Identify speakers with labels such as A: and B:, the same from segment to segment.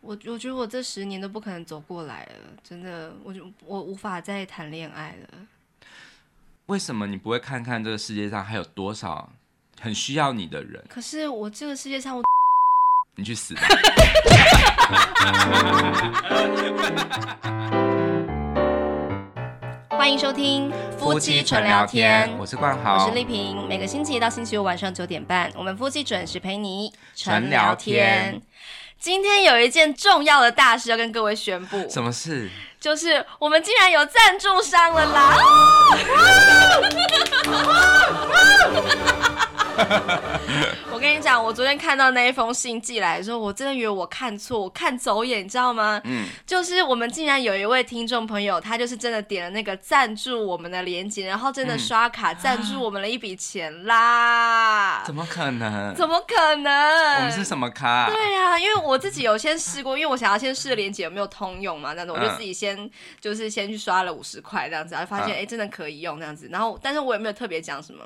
A: 我我觉得我这十年都不可能走过来了，真的，我就我无法再谈恋爱了。
B: 为什么你不会看看这个世界上还有多少很需要你的人？
A: 可是我这个世界上，我
B: 你去死吧！
A: 欢迎收听夫妻纯聊天，
B: 我是冠
A: 我
B: 豪，
A: 是丽萍，每个星期一到星期五晚上九点半，我们夫妻准时陪你
B: 纯聊天。
A: 今天有一件重要的大事要跟各位宣 布，
B: 什么事？
A: 就是我们竟然有赞助商了 啦！我跟你讲，我昨天看到那一封信寄来的时候，我真的以为我看错，我看走眼，你知道吗？
B: 嗯，
A: 就是我们竟然有一位听众朋友，他就是真的点了那个赞助我们的链接，然后真的
B: 嗯
A: 刷卡赞助我们了一笔钱啦！
B: 怎么可能？
A: 怎么可能？
B: 我们是什么咖？
A: 对啊，因为我自己有先试过，因为我想要先试连接有没有通用嘛，那种我就
B: 嗯
A: 自己先、就是先去刷了五十块这样子，然后发现哎、
B: 嗯
A: 诶真的可以用这样子，然后但是我也没有特别讲什么。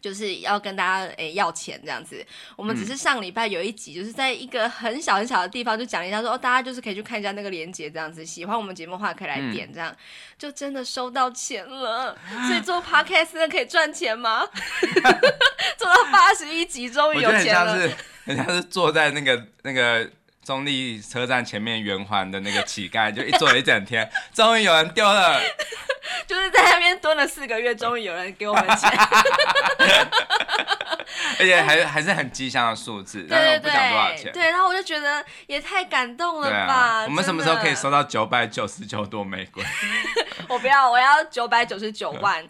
A: 就是要跟大家诶、要钱这样子，我
B: 嗯
A: 们只是上礼拜有一集，就是在一个很小很小的地方就讲了一下说，哦，大家就是可以去看一下那个链接这样子，喜欢我们节目的话可以来
B: 嗯
A: 点这样，就真的收到钱了。所以做 podcast 真的可以赚钱吗？ 做到八十一集终于
B: 我
A: 有
B: 觉得很
A: 钱了
B: 像，是，很像是坐在那个那个中立车站前面圆环的那个乞丐，就一坐了一 整天，终于有人丢了。
A: 就是在那边蹲了四个月，终于有人给我们 钱。
B: 而且还还是很吉祥的数字，但是我
A: 对
B: 不讲多少
A: 对对，
B: 钱。
A: 对，然后我就觉得也太感动了
B: 对
A: 吧！
B: 啊，我们什么时候可以收
A: 真
B: 到九百九十九朵玫瑰？
A: 的？我不要，我要九百九十九 万。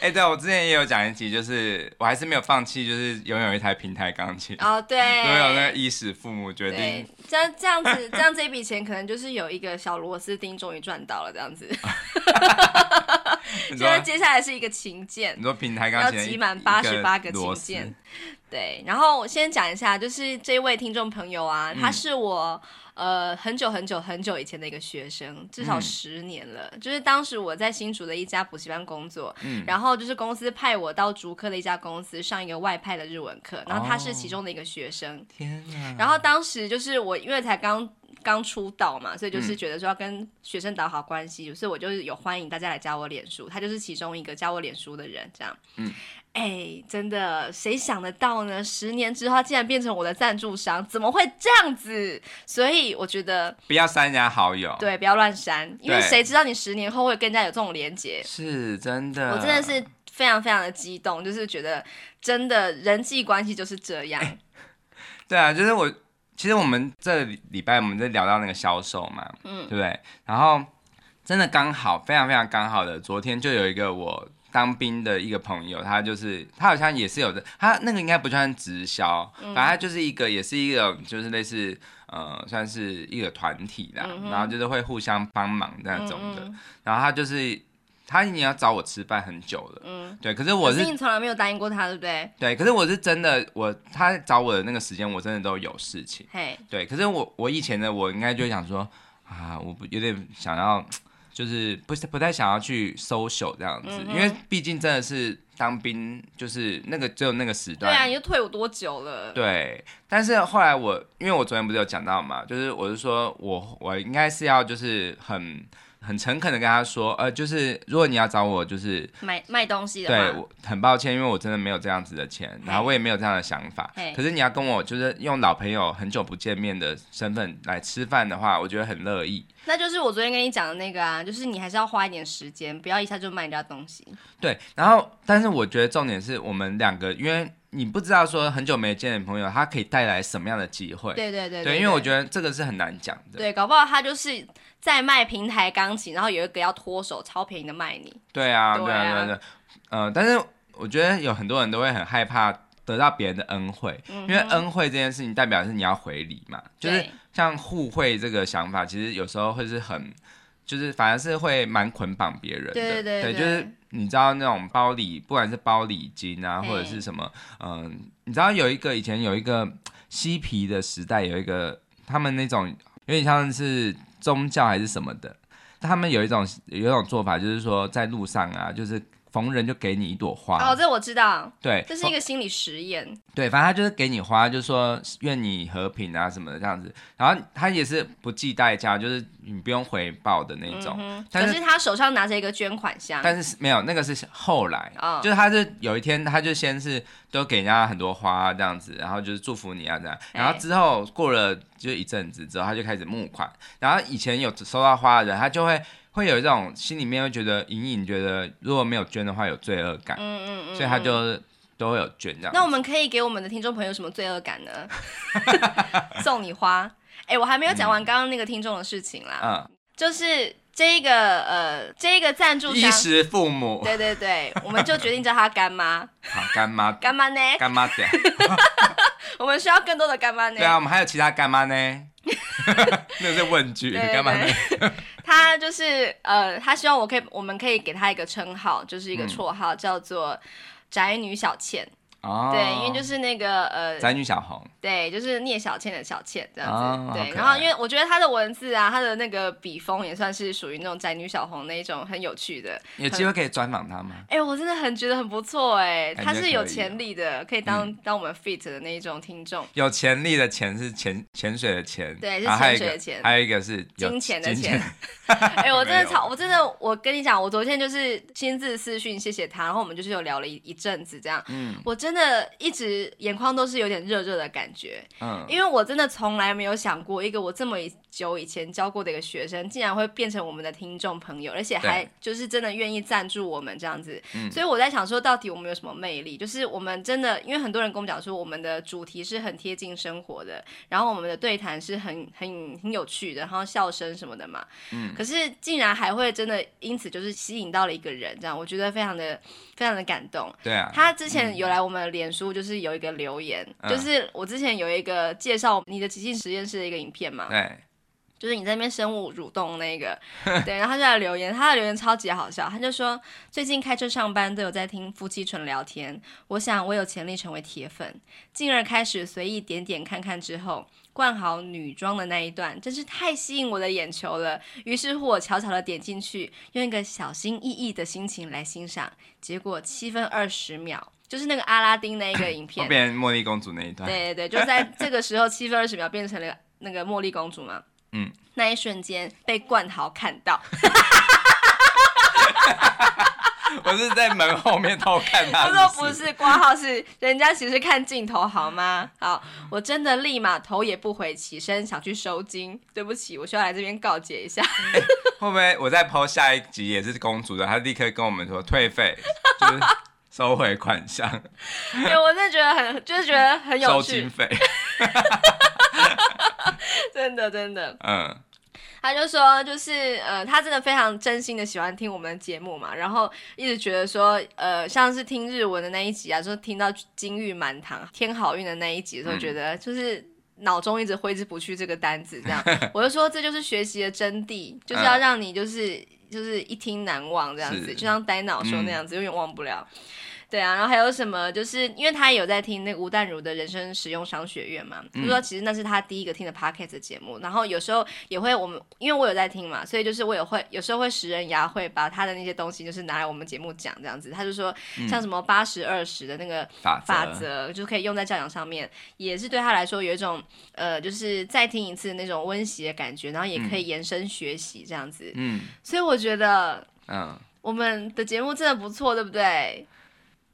B: 哎、对，我之前也有讲一集，就是我还是没有放弃，就是拥有一台平台钢琴，
A: 哦，对，
B: 都有啊那个衣食父母决
A: 对
B: 定。，
A: 这样这样子，这样这笔钱可能就是有一个小螺丝钉，终于赚到了这样 子。现
B: 你说
A: 在接下来是一个琴键
B: 你。说平台
A: 要
B: 钢琴的一
A: 集满八十八
B: 一
A: 个
B: 螺
A: 琴
B: 丝
A: 键，对。然后我先讲一下，就是这位听众朋友啊，
B: 嗯
A: 他是我呃很久很久很久以前的一个学生，至少
B: 嗯
A: 十年了。就是当时我在新竹的一家补习班工作，
B: 嗯
A: 然后就是公司派我到竹科的一家公司上一个外派的日文课，然后他是
B: 哦
A: 其中的一个学生。
B: 天哪！
A: 然后当时就是我，因为才刚刚出道嘛，所以就是
B: 嗯
A: 觉得说要跟学生打好关系，所以我就是有欢迎大家来加我脸书，他就是其中一个加我脸书的人，这样。
B: 嗯。
A: 哎，真的，谁想得到呢？十年之后，他竟然变成我的赞助商，怎么会这样子？所以我觉得，
B: 不要删人家好友，，
A: 对，不要乱删，因为
B: 哦对
A: 谁知道你十年后会跟人家有这种连接？
B: 是真的。
A: 我真的
B: 嗯
A: 是非常非常的激动，就是觉得真的人际关系就是这样。
B: 哎对啊，就是我，其实我们这礼拜我们在聊到那个销售嘛，嗯，对不对？然后真的刚好，非常非常刚好的，昨天就有一个我当兵的一个朋友，他就是他好像也是有的，他那个应该不算直销，
A: 嗯
B: 反正他就是一个也是一个就是类似呃算是一个团体啦，
A: 嗯哼
B: 然后就是会互相帮忙那种的，
A: 嗯嗯
B: 然后他就是。他已经要找我吃饭很久了，
A: 嗯
B: 对，可是我
A: 可
B: 是
A: 是你从来没有答应过他，对不对？
B: 对，可是我是真的，我他找我的那个时间，我真的都有事情，
A: 嘿，
B: 对，可是我我以前的我应该就会想说啊，我不有点想要，就是不是不太想要去 social 这样子，
A: 嗯哼
B: 因为毕竟真的是当兵，就是那个只有那个时
A: 对啊，
B: 段。
A: 你都退伍多久了？
B: 对，但是后来我，因为我昨天不是有讲到嘛，就是我是说我我应该是要就是很很诚恳的跟他说，呃，就是如果你要找我，就是
A: 买卖东西的
B: 对
A: 话，
B: 我很抱歉，因为我真的没有这样子的钱，然后
A: 嘿
B: 我也没有这样的想法
A: 嘿。
B: 可是你要跟我就是用老朋友很久不见面的身份来吃饭的话，我觉得很乐意。
A: 那就是我昨天跟你讲的那个啊，就是你还是要花一点时间，不要一下就卖人家东西。
B: 对，然后但是我觉得重点是我们两个，因为你不知道说很久没见的朋友，他可以带来什么样的机会。
A: 对对对
B: 对，因为我觉得这个是很难讲的。
A: 对，搞不好他就是在卖平台钢琴，然后有一个要脱手超便宜的卖你。
B: 对啊，
A: 对
B: 对
A: 啊
B: 啊，对啊对啊，呃，但是我觉得有很多人都会很害怕得到别人的恩惠，因为恩惠这件事情代表是你要回礼嘛，就是
A: 嗯对
B: 像互惠这个想法，其实有时候会是很，就是反而是会蛮捆绑别人的，
A: 对对对对
B: 就是你知道那种包礼，不管是包礼金啊，
A: 嘿
B: 或者是什么，嗯，你知道有一个以前有一个嬉皮的时代，有一个他们那种有点像是宗教还是什么的，他们有一种有一种做法，就是说在路上啊，就是逢人就给你一朵花。
A: 哦，这我知道，
B: 对，
A: 这是一个心理实验。
B: 对，反正他就是给你花，就说愿你和平啊什么的这样子，然后他也是不计代价，就是你不用回报的那种。
A: 嗯哼
B: 但
A: 可
B: 是
A: 是他手上拿着一个捐款箱，
B: 但是没有那个是后来，
A: 哦
B: 就是他是有一天他就先是都给人家很多花啊这样子，然后就是祝福你啊这样，
A: 哎
B: 然后之后过了就一阵子之后他就开始募款，然后以前有收到花的人他就会会有一种心里面会觉得隐隐觉得如果没有捐的话有罪恶感，
A: 嗯嗯嗯，
B: 所以他
A: 嗯
B: 就都会有捐这样。
A: 那我们可以给我们的听众朋友什么罪恶感 呢？送你花。哎、我还没有讲完刚刚那个听众的事情啦，
B: 嗯，
A: 就是这一个呃，这一个赞助
B: 衣
A: 商，
B: 食父母，
A: 对对对， 我们就决定叫他干妈，
B: 好干妈。
A: 干妈呢？
B: 干妈 点，
A: 我们需要更多的干妈呢。
B: 对啊，我们还有其他干妈呢， 那是问句，
A: 对对
B: 干嘛呢？
A: 他就是呃，他希望我可以，我们可以给他一个称号，就是
B: 嗯
A: 一个绰号，叫做宅女小倩。
B: 哦，
A: 对，因为就是那个呃，
B: 宅女小红，
A: 对，就是聂小倩的小倩这样子。
B: 哦好
A: 对，
B: 可
A: 然后
B: 爱
A: 因为我觉得她的文字啊，她的那个笔锋也算是属于那种宅女小红那一种很有趣的。
B: 有机会可以专访她吗？
A: 哎、我真的很觉得很不错哎、
B: 感觉
A: 她是有
B: 可以
A: 潜
B: 哦
A: 力的，可以当、当我们 fit 的那一种听 众。
B: 有潜力的潜是潜潜水的潜，
A: 对是
B: 然后还有一
A: 潜水
B: 个
A: 的潜
B: 还有一个是有
A: 金钱的
B: 金
A: 钱，哎、我真的
B: 没有
A: 超，我真的，我跟你讲，我昨天就是亲自私讯谢谢他，然后我们就是有聊了一一阵子这样，
B: 嗯
A: 我真的一直眼眶都是有点热热的感觉，
B: 嗯，
A: 因为我真的从来没有想过，一个我这么久以前教过的一个学生，竟然会变成我们的听众朋友，而且还就是真的愿意赞助我们这样子。
B: 嗯
A: 所以我在想说，到底我们有什么魅力？就是我们真的，因为很多人跟我们讲说，我们的主题是很贴近生活的，然后我们的对谈是很很很有趣的，然后笑声什么的嘛。
B: 嗯
A: 可是竟然还会真的因此就是吸引到了一个人，这样我觉得非常的非常的感动。
B: 对啊，
A: 他之前有来我们脸书，就是有一个留言，
B: 嗯
A: 就是我之前有一个介绍你的极限实验室的一个影片嘛，
B: 对，
A: 就是你在那边生物蠕动那个，对，然后他就来留言，他的留言超级好笑，他就说最近开车上班都有在听夫妻纯聊天，我想我有潜力成为铁粉，进而开始随意点点看看之后。冠豪女装的那一段真是太吸引我的眼球了，于是乎我悄悄的点进去，用一个小心翼翼的心情来欣赏，结果七分二十秒，就是那个阿拉丁那一个影
B: 后
A: 片，
B: 边茉莉公主那一段，
A: 对对对，就在这个时候，七分二十秒变成了那个茉莉公主嘛。
B: 嗯，
A: 那一瞬间被冠豪看到，
B: 我是在门后面偷看她，
A: 他说
B: 不
A: 不，是挂号，是人家其实看镜头好吗？好，我真的立马头也不回，起身想去收金。对不起，我需要来这边告解一下。
B: 会不会我在抛下一集也是公主的，她立刻跟我们说退费，就是收回款项，
A: 对，我真的觉得很，就是觉得很有
B: 收经
A: 趣，
B: 费，
A: 真的真的。
B: 嗯，
A: 他就说，就是呃，他真的非常真心的喜欢听我们的节目嘛，然后一直觉得说，呃，像是听日文的那一集啊，说听到金玉满堂、天好运的那一集的时候，
B: 嗯
A: 觉得就是。脑中一直挥之不去这个单子，这样 我就说这就是学习的真谛，就是要让你就是、就是一听难忘这样子，
B: 嗯是
A: 就像呆脑说那样子，永远忘不了。对啊，然后还有什么？就是因为他也有在听那个吴淡如的人生实用商学院嘛，他、
B: 嗯
A: 说其实那是他第一个听的 podcast 的节目，然后有时候也会我们因为我有在听嘛，所以就是我也会有时候会食人牙会把他的那些东西就是拿来我们节目讲这样子，他就说像什么八十二十的那个
B: 法
A: 法则，就可以用在教养上面，也是对他来说有一种呃，就是再听一次那种温习的感觉，然后也可以延伸学习这样子，
B: 嗯
A: 所以我觉得
B: 嗯，
A: 我们的节目真的不错，对不对？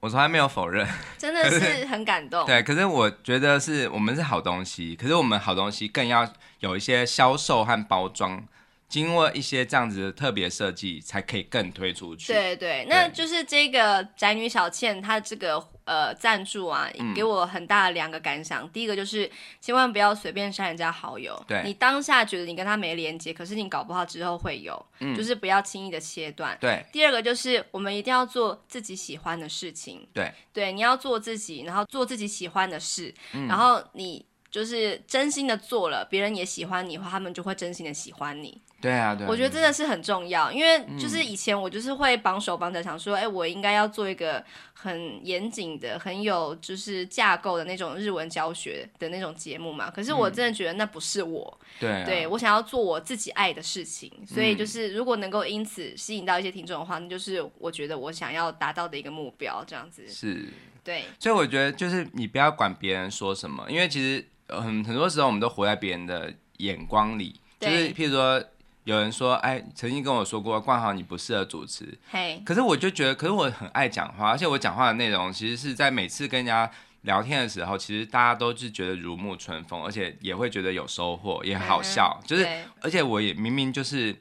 B: 我从来没有否认。
A: 真的是很感动。
B: 对，可是我觉得是我们是好东西，可是我们好东西更要有一些销售和包装，经过一些这样子的特别设计，才可以更推出去。，
A: 对对，那就是这个宅女小倩她这个呃赞助啊，给我很大的两个感想。第一个就是千万不要随便删人家好友，
B: 对
A: 你当下觉得你跟她没连接，可是你搞不好之后会有，就是不要轻易的切断。
B: 对，
A: 第二个就是我们一定要做自己喜欢的事情，
B: 对
A: 对，你要做自己，然后做自己喜欢的事，
B: 嗯
A: 然后你就是真心的做了，别人也喜欢你的话，他们就会真心的喜欢你。
B: 对啊，对啊，嗯
A: 我觉得真
B: 的
A: 的是很重要，因为就是以前我就是会绑手绑脚，想说，哎、我应该要做一个很严谨的、很有就是架构的那种日文教学的那种节目嘛。可是我真的觉得那不是我，
B: 嗯对啊嗯
A: 对我想要做我自己爱的事情。所以就是如果能够因此吸引到一些听众的话，那就是我觉得我想要达到的一个目标，这样子。
B: 是。
A: 对，
B: 所以我觉得就是你不要管别人说什么，因为其实呃很很多时候我们都活在别人的眼光里，就
A: 对
B: 是譬如说有人说，哎，曾经跟我说过，冠豪你不适合主持，
A: 嘿，
B: 可是我就觉得，可是我很爱讲话，而且我讲话的内容其实是在每次跟人家。聊天的时候，其实大家都是觉得如沐春风，而且也会觉得有收获，也好笑。就是
A: 嗯对
B: 而且我也明明就是，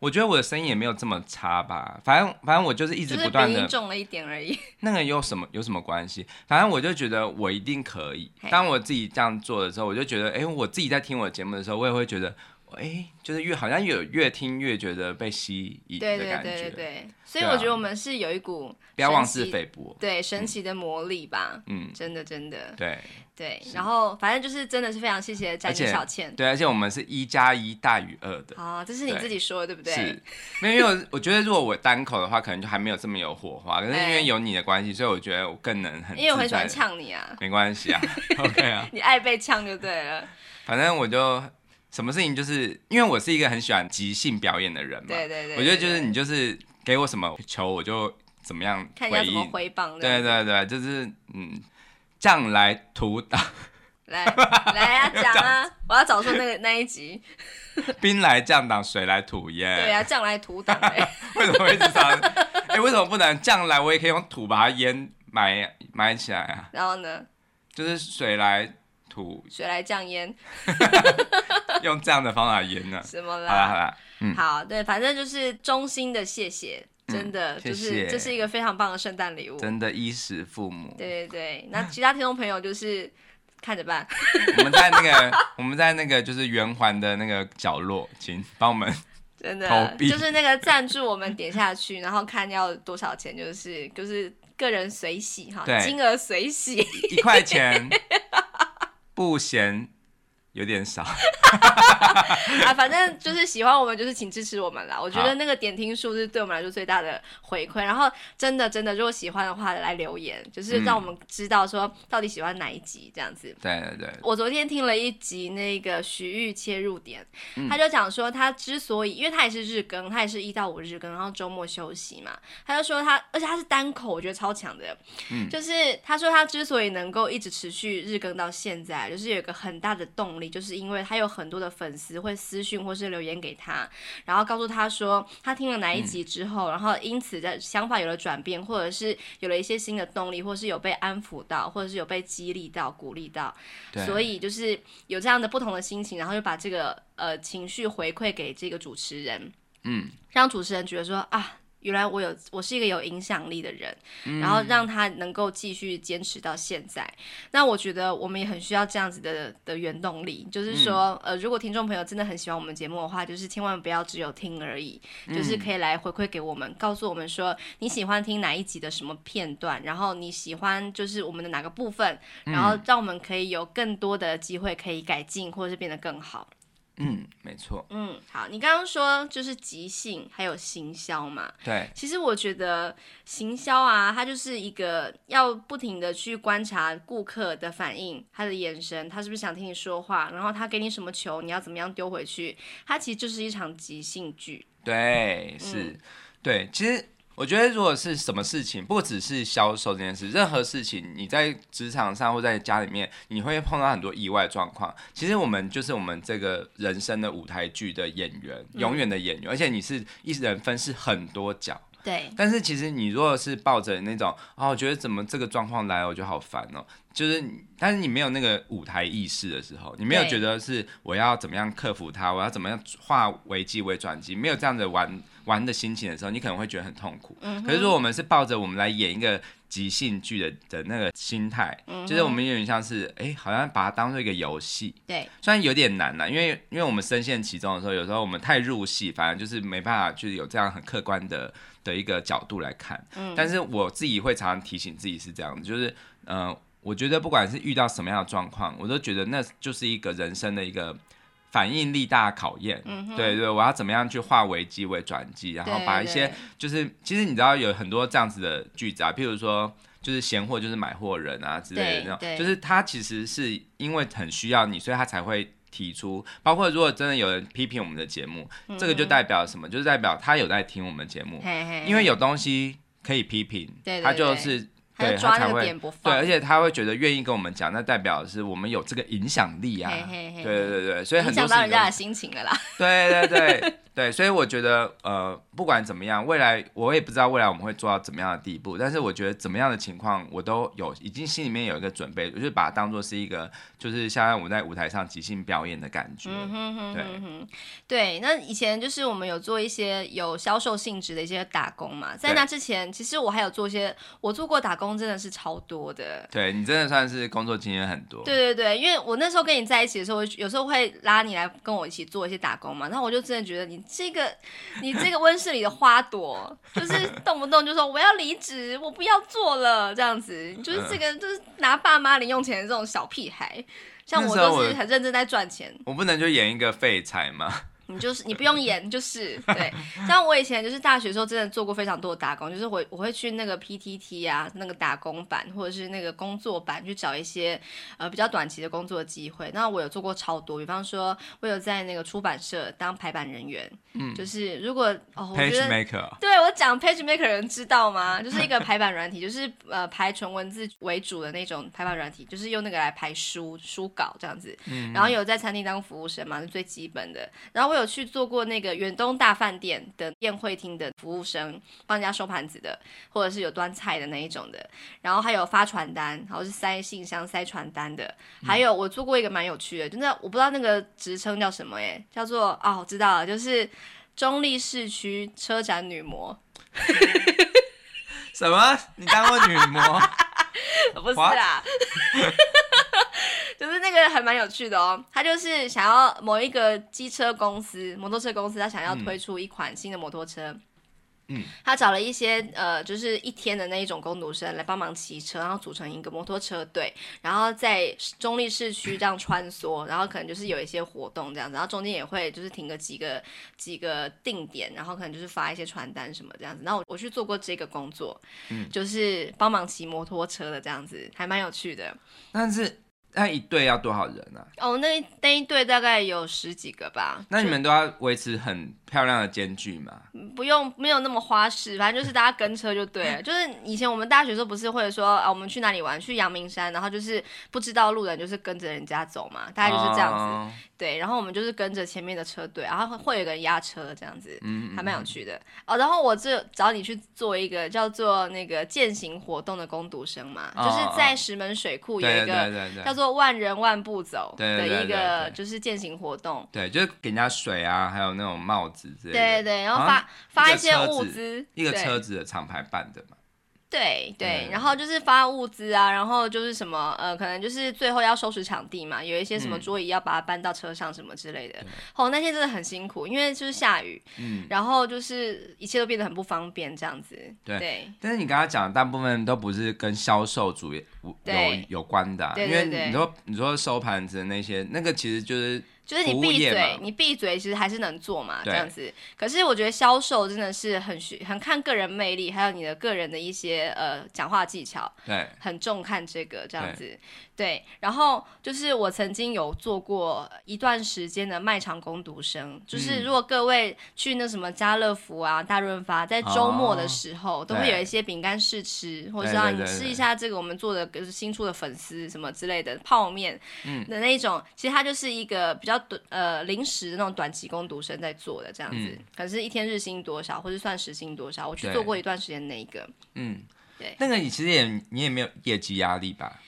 B: 我觉得我的声音也没有这么差吧，反正反正我就是一直
A: 就
B: 不
A: 是
B: 断
A: 鼻
B: 的
A: 音重了一点而已。
B: 那个有什么有什么关系？反正我就觉得我一定可以
A: 嘿。
B: 当我自己这样做的时候，我就觉得，哎、我自己在听我的节目的时候，我也会觉得，哎、就是越好像有越听越觉得被吸引
A: 对
B: 的
A: 对
B: 感觉。
A: 对对对，所以
B: 对啊
A: 我觉得我们是有一股
B: 不要妄
A: 神
B: 自
A: 奇
B: 菲薄。
A: 对神奇的魔力吧，
B: 嗯，
A: 真的真的
B: 对
A: 对。然后反正就是真的是非常谢谢宅女
B: 而且
A: 小倩
B: 对，而且我们是一加一大于二的。
A: 啊，这是你
B: 对
A: 自己说的对不对
B: 是？，没有，因为我我觉得如果我单口的话，可能就还没有这么有火花。可是因
A: 哎
B: 为有你的关系，所以我觉得我更能很
A: 因为我很
B: 自
A: 喜欢
B: 在地。
A: 呛你啊，
B: 没 关系啊 ，OK 啊。
A: 你爱被呛就对了。
B: 反正我就什么事情就是因为我是一个很喜欢即兴表演的人嘛，
A: 对对对，
B: 我觉得就
A: 对
B: 是
A: 对
B: 你就是给我什么球我就怎么样
A: 看你要
B: 回
A: 怎么
B: 应，
A: 挥棒这样
B: 对
A: 子。
B: 对对，就是嗯，将来图打
A: 来来啊，讲啊，我要找出那个那一 集。
B: 兵来将挡，水来土掩，
A: 对啊，酱来土挡哎，
B: 为什么会一直这样？哎、为什么不能将来我也可以用土把它淹埋埋起来啊？
A: 然后呢，
B: 就是水来土
A: 水来酱烟
B: 用这样的方法淹 呢、
A: 什么
B: 好啦
A: 啦
B: 好。啦，嗯
A: 好，对，反正就是衷心的谢谢，真的、
B: 谢
A: 就是
B: 谢
A: 这是一个非常棒的圣诞礼物。
B: 真的衣食父母。
A: 对对对，那其他听众朋友就是看着办，
B: 我们在那个 我们在那个就是圆环的那个角落，请帮我们。
A: 真
B: 投
A: 的
B: 币
A: 就是那个赞助我们点下去，然后看要多少钱，就是就是个人随喜哈，
B: 对
A: 金额随 喜。
B: 一块 钱不嫌有点少，
A: 啊，反正就是喜欢我们，就是请支持我们啦。我觉得
B: 好
A: 那个点听数是对我们来说最大的回馈。然后真的真的，如果喜欢的话来留言，就是
B: 嗯
A: 让我们知道说到底喜欢哪一集这样子。
B: 对对对，
A: 我昨天听了一集那个徐玉切入点，
B: 嗯
A: 他就讲说他之所以，因为他也是日更，他也是一到五日更，然后周末休息嘛。他就说他，而且他是单口，我觉得超强的。
B: 嗯
A: 就是他说他之所以能够一直持续日更到现在，就是有一个很大的动力，就是因为他有很多的粉丝会私讯或是留言给他，然后告诉他说他听了哪一集
B: 嗯
A: 之后，然后因此在想法有了转变，或者是有了一些新的动力，或是有被安抚到，或者是有被激励到、鼓励到。
B: 对
A: 所以就是有这样的不同的心情，然后就把这个呃情绪回馈给这个主持人，
B: 嗯，
A: 让主持人觉得说啊，原来我有我是一个有影响力的人，
B: 嗯
A: 然后让他能够继续坚持到现在。那我觉得我们也很需要这样子的的原动力，就是说、
B: 嗯
A: 呃，如果听众朋友真的很喜欢我们节目的话，就是千万不要只有听而已，
B: 嗯
A: 就是可以来回馈给我们，告诉我们说你喜欢听哪一集的什么片段，然后你喜欢就是我们的哪个部分，然
B: 嗯
A: 后让我们可以有更多的机会可以改进或者是变得更好。
B: 嗯，没错，
A: 嗯，好，你刚刚说就是即兴还有行销嘛，
B: 对
A: 其实我觉得行销啊，它就是一个要不停的去观察顾客的反应，他的眼神，他是不是想听你说话，然后他给你什么球，你要怎么样丢回去，它其实就是一场即兴剧。
B: 对是、对，其实。我觉得，如果是什么事情，不只是销售这件事，任何事情，你在职场上或在家里面，你会碰到很多意外状况。其实我们就是我们这个人生的舞台剧的演员，永远的演员，而且你是一人分饰很多角。
A: 对，
B: 但是其实你如果是抱着那种啊，我觉得怎么这个状况来，我觉得好烦哦、就是你，但是你没有那个舞台意识的时候，你没有
A: 对
B: 觉得是我要怎么样克服它，我要怎么样化危机为转机，没有这样的玩玩的心情的时候，你可能会觉得很痛苦。可是如果我们是抱着我们来演一个即兴剧的的那个心态，就是我们有点像是哎、好像把它当做一个游戏，
A: 对，
B: 虽然有点难啦，因为因为我们深陷其中的时候，有时候我们太入戏，反而就是没办法就是有这样很客观的的一个角度来看。
A: 嗯
B: 但是我自己会常常提醒自己是这样子，就是呃，我觉得不管是遇到什么样的状况，我都觉得那就是一个人生的一个反应力大的考验。
A: 嗯哼
B: 对对，我要怎么样去化危机为转机，然后
A: 对
B: 把一些
A: 对
B: 就是其实你知道有很多这样子的句子啊，譬如说就是闲货就是买货人啊之类的
A: 对
B: 那种，
A: 对
B: 就是他其实是因为很需要你，所以他才会。提出，包括如果真的有人批评我们的节目，这个就代表什么？就是代表他有在听我们节目，
A: 嗯嘿嘿，
B: 因为有东西可以批评，
A: 对对
B: 他就
A: 对
B: 是
A: 他
B: 对
A: 就抓
B: 他才
A: 那个
B: 会
A: 点不
B: 对，
A: 放，
B: 而且他会觉得愿意跟我们讲，那代表是我们有这个影响力啊。
A: 嘿嘿嘿
B: 对对对对，所以
A: 影
B: 很
A: 响
B: 多事
A: 到
B: 情
A: 人
B: 都
A: 家的心情了啦。
B: 对对对对，所以我觉得呃，不管怎么样，未来我也不知道未来我们会做到怎么样的地步，但是我觉得怎么样的情况我都有，已经心里面有一个准备，我就是把它当做是一个，就是像我在舞台上即兴表演的感觉。
A: 嗯哼哼
B: 对
A: 哼哼，对。那以前就是我们有做一些有销售性质的一些打工嘛，在
B: 对
A: 那之前，其实我还有做一些，我做过打工真的是超多的。
B: 对你真的算是工作经验很多。
A: 对对对，因为我那时候跟你在一起的时候，我有时候会拉你来跟我一起做一些打工嘛，然后我就真的觉得你这个，你这个温室里的花朵， 就是动不动就说我要离职，我不要做了这样子，就是
B: 嗯
A: 这个就是拿爸妈零用钱的这种小屁孩，像我
B: 那时候
A: 都是
B: 我
A: 很认真在赚钱。
B: 我不能就演一个废柴嘛。
A: 你就是你不用演，就是对。像我以前就是大学的时候，真的做过非常多的打工，就是我我会去那个 PTT 啊，那个打工版或者是那个工作版去找一些呃比较短期的工作机会。那我有做过超多，比方说我有在那个出版社当排版人员，嗯，就是如果哦，我觉
B: Page
A: 得。
B: maker，
A: 对我讲 PageMaker 人知道吗？就是一个排版软体， 就是呃排纯文字为主的那种排版软体，就是用那个来排书书稿这样子。然后有在餐厅当服务生嘛，是最基本的。然后我有去做过那个远东大饭店的宴会厅的服务生，帮人家收盘子的，或者是有端菜的那一种的。然后还有发传单，然后是塞信箱、塞传单的。还有我做过一个蛮有趣的，真的我不知道那个职称叫什么耶，叫做哦，我知道了，就是中立市区车展女模，
B: 什么？你当过女 模？
A: 不是啦。就是那个还蛮有趣的哦，他就是想要某一个机车公司、摩托车公司，他想要推出一款新的摩托车，
B: 嗯，
A: 他找了一些呃，就是一天的那一种工读生来帮忙骑车，然后组成一个摩托车队，然后在中立市区这样穿梭，然后可能就是有一些活动这样子，然后中间也会就是停个几个几个定点，然后可能就是发一些传单什么这样子。然后我我去做过这个工作，
B: 嗯
A: 就是帮忙骑摩托车的这样子，还蛮有趣的。
B: 但是那一队要多少人啊？
A: 哦，那一那一队大概有十几个吧。
B: 那你们都要维持很漂亮的间距嘛？
A: 不用没有那么花式，反正就是大家跟车就对了。 就是以前我们大学的时候不是会说啊，我们去哪里玩？去阳明山，然后就是不知道路的人就是跟着人家走嘛，大概就是这样子。
B: 哦
A: 对，然后我们就是跟着前面的车队，然后会有一个人压车这样子，
B: 嗯，
A: 还蛮有趣的哦。然后我这找你去做一个叫做那个践行活动的攻读生嘛，
B: 哦
A: 就是在石门水库有一
B: 对对对
A: 个
B: 对对，
A: 叫做万人万步走
B: 对
A: 的
B: 对对
A: 一个
B: 对对
A: 就是践行活动。
B: 对，就是给人家水啊，还有那种帽子之类的。
A: 对对，然后发、
B: 啊
A: 发
B: 一
A: 一
B: 个
A: 些
B: 车
A: 物
B: 子
A: 资，
B: 一个
A: 对
B: 车子的嗯厂牌办的嘛。
A: 对对
B: 对，
A: 然后就是发物资啊，然后就是什么呃，可能就是最后要收拾场地嘛，有一些什么
B: 嗯
A: 桌椅要把它搬到车上什么之类的。哦，那天真的很辛苦，因为就是下雨，
B: 嗯，
A: 然后就是一切都变得很不方便这样子。
B: 对
A: 对
B: 但是你刚刚讲的大部分都不是跟销售主业有
A: 对
B: 有关的啊、
A: 对
B: 因
A: 对
B: 为
A: 对
B: 你说你说收盘子的那些，那个其实就是
A: 就是你
B: 服务
A: 闭
B: 业
A: 嘴
B: 嘛，
A: 你闭嘴，其实还是能做嘛，这
B: 对
A: 样子。可是我觉得销售真的是很需很看个人魅力，还有你的个人的一些呃讲话技巧。
B: 对
A: 很重看这个这样子，对。然后就是我曾经有做过一段时间的卖场攻读生，就是
B: 嗯
A: 如果各位去那什么家乐福啊、大润发，在周末的时候、都会
B: 对
A: 有一些饼干试吃，或者是
B: 嗯对
A: 让
B: 对
A: 你
B: 对
A: 吃
B: 对嗯
A: 一下这个我们做的就是新出的粉丝什么之类的泡面
B: 嗯
A: 的那一种，其实它就是一个比较短呃临时的那种短期攻读生在做的这样子，
B: 嗯
A: 可是一天日薪多少，或是算时薪多少，我去
B: 对
A: 做过一段时间那一个。
B: 嗯
A: 对
B: 那个你其实也你也没有业绩压力吧？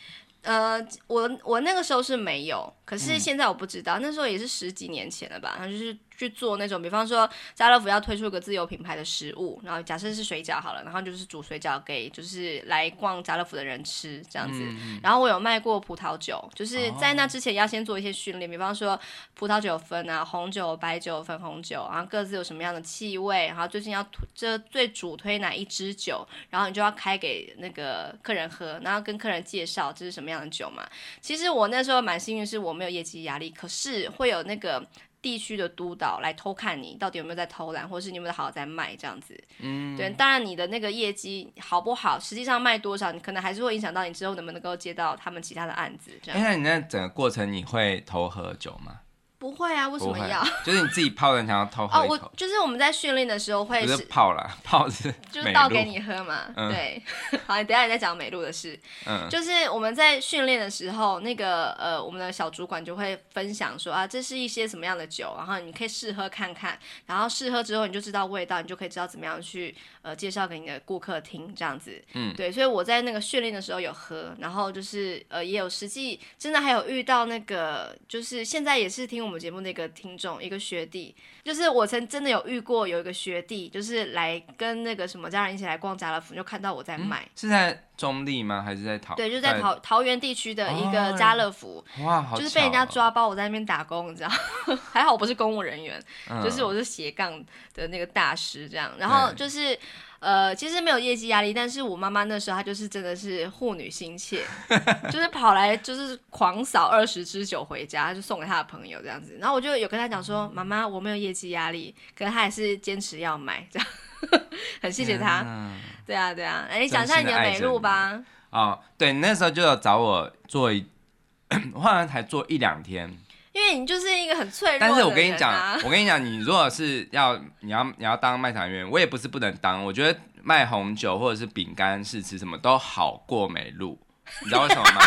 A: 呃，我我那个时候是没有，可是现在我不知道，那时候也是十几年前了吧，然后就是去做那种，比方说家乐福要推出一个自有品牌的食物，然后假设是水饺好了，然后就是煮水饺给就是来逛家乐福的人吃这样子。然后我有卖过葡萄酒，就是在那之前要先做一些训练，比方说葡萄酒有分啊，红酒、白酒、粉红酒，然后各自有什么样的气味，然后最近要推这最主推哪一支酒，然后你就要开给那个客人喝，然后跟客人介绍这是什么样的酒嘛。其实我那时候蛮幸运，是我没有业绩压力，可是会有那个地区的督导来偷看你到底有没有在偷懒，或是你有没有好好在卖这样子。嗯，对，当然你的那个业绩好不好，实际上卖多少，你可能还是会影响到你之后能不能够接到他们其他的案子这
B: 哎、
A: 样。
B: 那你那整个过程你会偷喝酒吗？
A: 不会啊，为什
B: 不
A: 么
B: 会
A: 要？，
B: 就是你自己泡的，你想要偷
A: 哦，
B: 喝一
A: 我
B: 口，
A: 就是我们在训练的时候会
B: 不
A: 是
B: 是泡啦，泡是
A: 就是
B: 美
A: 倒
B: 露。
A: 给你喝嘛，
B: 嗯
A: 对。 好，你等一下你再讲美露的事。
B: 嗯
A: 就是我们在训练的时候，那个呃，我们的小主管就会分享说啊，这是一些什么样的酒，然后你可以试喝看看，然后试喝之后你就知道味道，你就可以知道怎么样去呃介绍给你的顾客听这样子。
B: 嗯，
A: 对，所以我在那个训练的时候有喝，然后就是呃也有实际真的还有遇到那个就是现在也是听我们节目的一个听众一个学弟，就是我曾真的有遇过有一个学弟，就是来跟那个什么家人一起来逛家乐福，就看到我在卖。
B: 是在中立吗？还是嗯在桃？
A: 对，就在桃桃园地区的一个
B: 哦
A: 家乐福，
B: 哇，好、哦
A: 就是被人家，抓包，我在那边打工，你知道， 还好我不是公务人员，
B: 嗯、
A: 就是我是斜杠的那个大师这样。然后就是，呃，其实没有业绩压力，但是我妈妈那时候她就是真的是护女心 切，就是跑来就是狂扫二十支酒回家，就送给她的朋友这样子。然后我就有跟她讲
B: 嗯
A: 说，妈妈我没有业绩压力，可是她还是坚持要买这样。很谢谢她。
B: 嗯
A: 对啊对啊，哎，你讲一下
B: 真心
A: 你
B: 地
A: 的
B: 爱
A: 美
B: 着
A: 露
B: 你
A: 吧，
B: 哦，对，你那时候就有找我做一， 我好像才做一两天。
A: 因为你就是一个很脆弱的人、啊。
B: 但是我跟你讲，我跟你讲，你如果是要你要你要当卖场员，我也不是不能当。我觉得卖红酒或者是饼干、试吃什么都好过美露，你知道为什么 吗？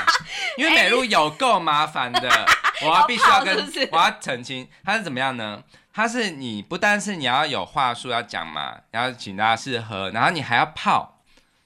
B: 因为美露有够麻烦的，我要必须要跟
A: 好泡是不是
B: 我要澄清，它是怎么样呢？它是你不单是你要有话术要讲嘛，然后请大家试喝，然后你还要泡。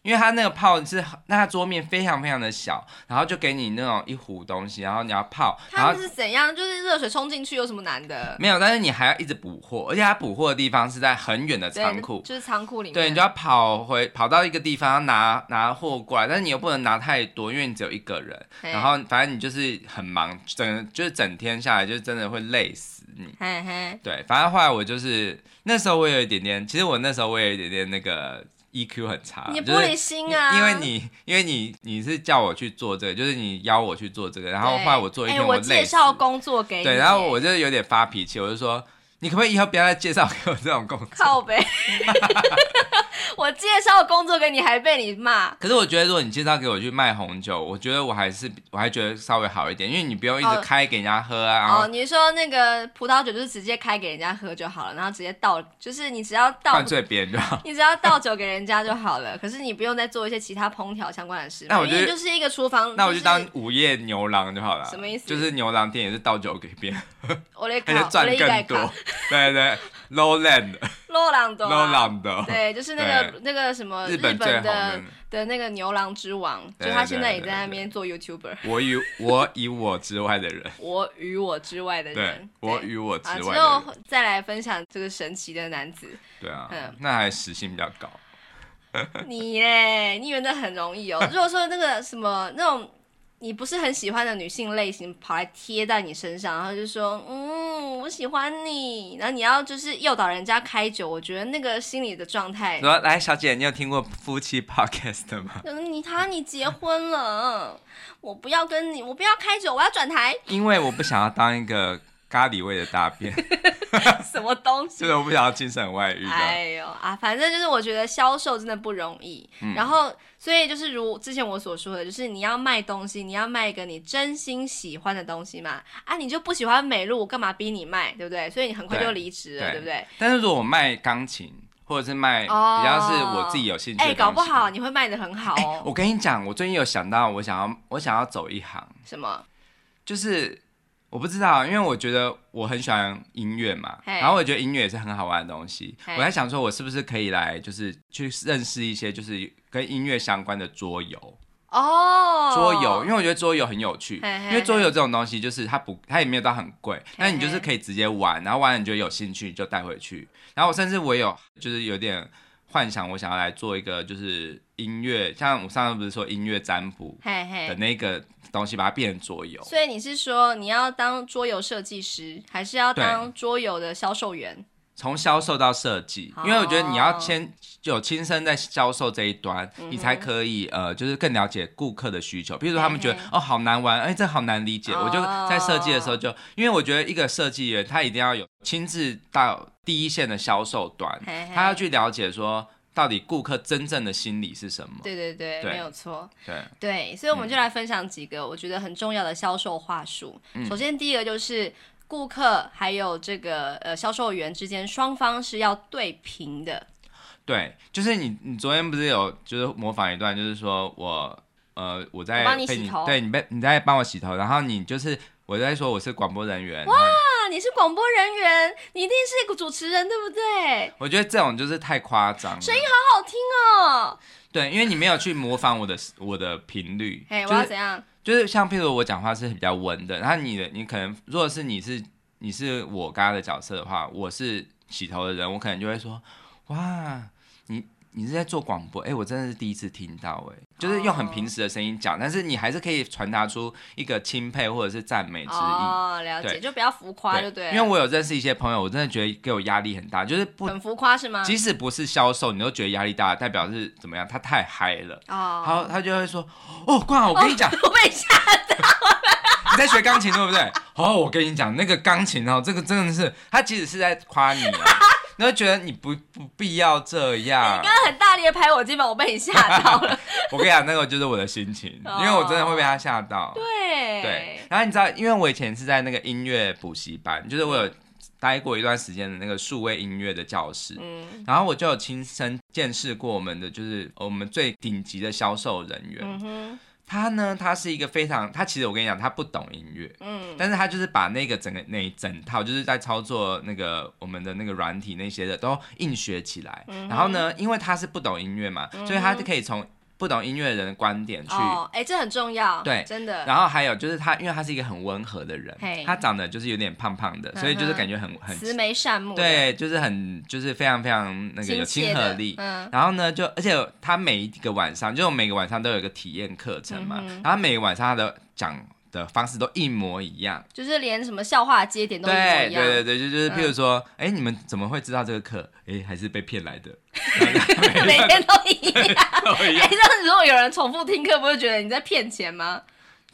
B: 因为它那个泡是，那它桌面非常非常的小，然后就给你那种一壶东西，然后你要泡，然
A: 他
B: 后嗯
A: 们是怎样？就是热水冲进去有什么难的？
B: 没有，但是你还要一直补货，而且它补货的地方是在很远的
A: 对
B: 仓库，
A: 就是仓库里面。
B: 对你就要跑回跑到一个地方拿拿货过来，但是你又不能拿太多，因为你只有一个人，
A: 嘿
B: 然后反正你就是很忙，整就是整天下来就真的会累死你。
A: 嘿嘿，
B: 对，反正后来我就是那时候我有一点点，其实我那时候我有一点点那个 EQ 很差，
A: 你
B: 就
A: 玻
B: 是
A: 璃心啊！
B: 因为你因为你你是叫我去做这个，就是你邀我去做这个，然后
A: 对
B: 后来我做一
A: 哎
B: 天
A: 我
B: 累
A: 介
B: 死
A: 绍工作给你，
B: 对，然后我就有点发脾气，我就说，你可不可以以后不要再介绍给我这种工作？
A: 靠呗， 我介绍工作给你还被你骂，
B: 可是我觉得，如果你介绍给我去卖红酒，我觉得我还是我还觉得稍微好一点，因为你不用一直
A: 哦
B: 开给人家喝啊，然
A: 哦，
B: 后
A: 你说那个葡萄酒就是直接开给人家喝就好了，然后直接倒，就是你只要倒
B: 灌，醉别人就好。
A: 你只要倒酒给人家就好了。可是你不用再做一些其他烹调相关的事嘛，
B: 那我
A: 因
B: 就
A: 为你就是一个厨房，
B: 那我
A: 就
B: 就是当午夜牛郎就好了。
A: 什么意思
B: 就是牛郎店也是倒酒给别人，
A: 我得
B: 而且
A: 考，
B: 赚
A: 我得一概
B: 更
A: 考
B: 多。对对，Lowland
A: 洛朗的、啊，
B: Lowland 的
A: 对，就是那个那个什么
B: 日
A: 本
B: 本最红
A: 的
B: 的。
A: 的那个牛郎之王，就
B: 对
A: 他
B: 对
A: 现在也
B: 对
A: 在那
B: 对
A: 边做 YouTuber。
B: 我与我以我之外的人，
A: 我与我之外的
B: 对
A: 人，
B: 我与我之
A: 啊，之
B: 外的人，
A: 后再来分享这个神奇的男 子，
B: 对啊
A: 嗯，
B: 那还时薪比较高。
A: 你嘞，你以为那很容易哦？如果说那个什么那种你不是很喜欢的女性类型跑来贴在你身上，然后就说嗯我喜欢你，然后你要就是诱导人家开酒，我觉得那个心理的状态，
B: 说来，小姐，你有听过夫妻 podcast 吗？
A: 就是你他你结婚了，嗯我不要跟你，我不要开酒，我要转台，
B: 因为我不想要当一个咖喱味的大便，
A: 什么东西
B: 就？是我不想要精神外遇的。
A: 哎呦啊，反正就是我觉得销售真的不容易，
B: 嗯
A: 然后所以就是如之前我所说的，就是你要卖东西，你要卖一个你真心喜欢的东西嘛，啊，你就不喜欢美露，我干嘛逼你卖，对不对？所以你很快就
B: 对
A: 离职了，对
B: 对
A: 不对？
B: 但是如果我卖钢琴，或者是卖比
A: 哦
B: 较是我自己有兴趣的
A: 哎、
B: 东西，哎
A: 搞不好你会卖的很好哦。
B: 我跟你讲，我最近有想到，我想要我想要走一行，
A: 什么？
B: 就是我不知道，因为我觉得我很喜欢音乐嘛，
A: 嘿
B: 然后我觉得音乐也是很好玩的东西
A: 嘿。
B: 我在想说，我是不是可以来就是去认识一些就是跟音乐相关的桌游。
A: 哦，
B: 桌游，因为我觉得桌游很有趣，
A: 嘿嘿
B: 因为桌游这种东西就是它不，它也没有到很贵，但你就是
A: 嘿
B: 可以直接玩，然后玩了你觉得有兴趣你就带回去。然后我甚至我有就是有点幻想，我想要来做一个就是音乐，像我上次不是说音乐占卜
A: 嘿
B: 的
A: 嘿。
B: 那个东西，把它变成桌游。
A: 所以你是说你要当桌游设计师，还是要
B: 对
A: 当桌游的销售员？
B: 从销售到设计，
A: 哦
B: 因为我觉得你要先有亲身在销售这一端，
A: 嗯
B: 你才可以呃，就是更了解顾客的需求。比如说他们觉得
A: 嘿嘿
B: 哦好难玩，哎、这好难理解，
A: 哦
B: 我就在设计的时候就，因为我觉得一个设计员他一定要有亲自到第一线的销售端，
A: 嘿嘿
B: 他要去了解说到底顾客真正的心理是什么。
A: 对对对，
B: 对
A: 没有错。
B: 对，
A: 对，所以我
B: 嗯
A: 们就来分享几个我觉得很重要的销售话术。
B: 嗯
A: 首先，第一个就是顾客还有这个呃销售员之间双方是要对平的。
B: 对，就是你，你昨天不是有就是模仿一段，就是说我呃我在
A: 我帮你
B: 被
A: 洗头
B: 对你被你在帮我洗头，然后你就是我在说我是广播人员，哇，
A: 啊，你是广播人员，你一定是个主持人，对不对？
B: 我觉得这种就是太夸张了，
A: 声音好好听哦。
B: 对，因为你没有去模仿我的我的频率，
A: 嘿，我
B: 就
A: 要
B: 是
A: 怎样？
B: 就是像譬如我讲话是比较温的，然后你的你可能如果是你是你是我刚刚的角色的话，我是洗头的人，我可能就会说哇你。你是在做广播？哎、我真的是第一次听到、哎，就是用很
A: 哦
B: 平时的声音讲但是你还是可以传达出一个钦佩或者是赞美之意。
A: 哦，了解，
B: 对
A: 就不要浮夸，就对了。嗯
B: 因为我有认识一些朋友，我真的觉得给我压力很大，就是不
A: 很浮夸是吗？
B: 即使不是销售，你都觉得压力大，代表是怎么样？他太嗨了，
A: 哦，
B: 他他就会说：“哦，冠豪，我跟你讲，
A: 我被吓
B: 你在学钢琴对不对？哦，我跟你讲，那个钢琴哦，这个真的是，他即使是在夸你 哦，你会觉得你不不必要这样
A: 刚。刚很大力的拍我肩膀，我被你吓到 了。
B: 我跟你讲，那个就是我的心情，
A: 哦
B: 因为我真的会被他吓到。
A: 对
B: 对，，然后你知道，因为我以前是在那个音乐补习班，就是我有待过一段时间的那个数位音乐的教室，
A: 嗯
B: 然后我就有亲身见识过我们的，就是我们最顶级的销售人员。
A: 嗯哼，
B: 他呢，他是一个非常，他其实我跟你讲，他不懂音乐，
A: 嗯
B: 但是他就是把那个整个那一整套，就是在操作那个我们的那个软体那些的都硬学起来。
A: 嗯
B: 然后呢，因为他是不懂音乐嘛，所以他可以从不懂音乐的人的观点去。
A: 哦，哎，这很重要，
B: 对
A: 真的。
B: 然后还有就是他，因为他是一个很温和的人
A: 嘿，嗯
B: 他长得就是有点胖胖的，所以就是感觉很很
A: 慈眉善目，，
B: 对，就是很就是非常非常那个有
A: 亲切
B: 亲
A: 的
B: 和力。
A: 嗯，
B: 然后呢，就而且他每一个晚上，就我每个晚上都有一个体验课程嘛，
A: 嗯哼
B: 然后每个晚上他的讲的方式都一模一样。
A: 就是连什么笑话接点都一模
B: 对
A: 一样，嗯
B: 对对对，就就是譬如说，哎、你们怎么会知道这个课？哎、还是被骗来的。 每
A: 每
B: 个
A: 天都一样。
B: 都一
A: 哎，
B: 样。
A: 这样子如果有人重复听课，不会觉得你在骗钱吗？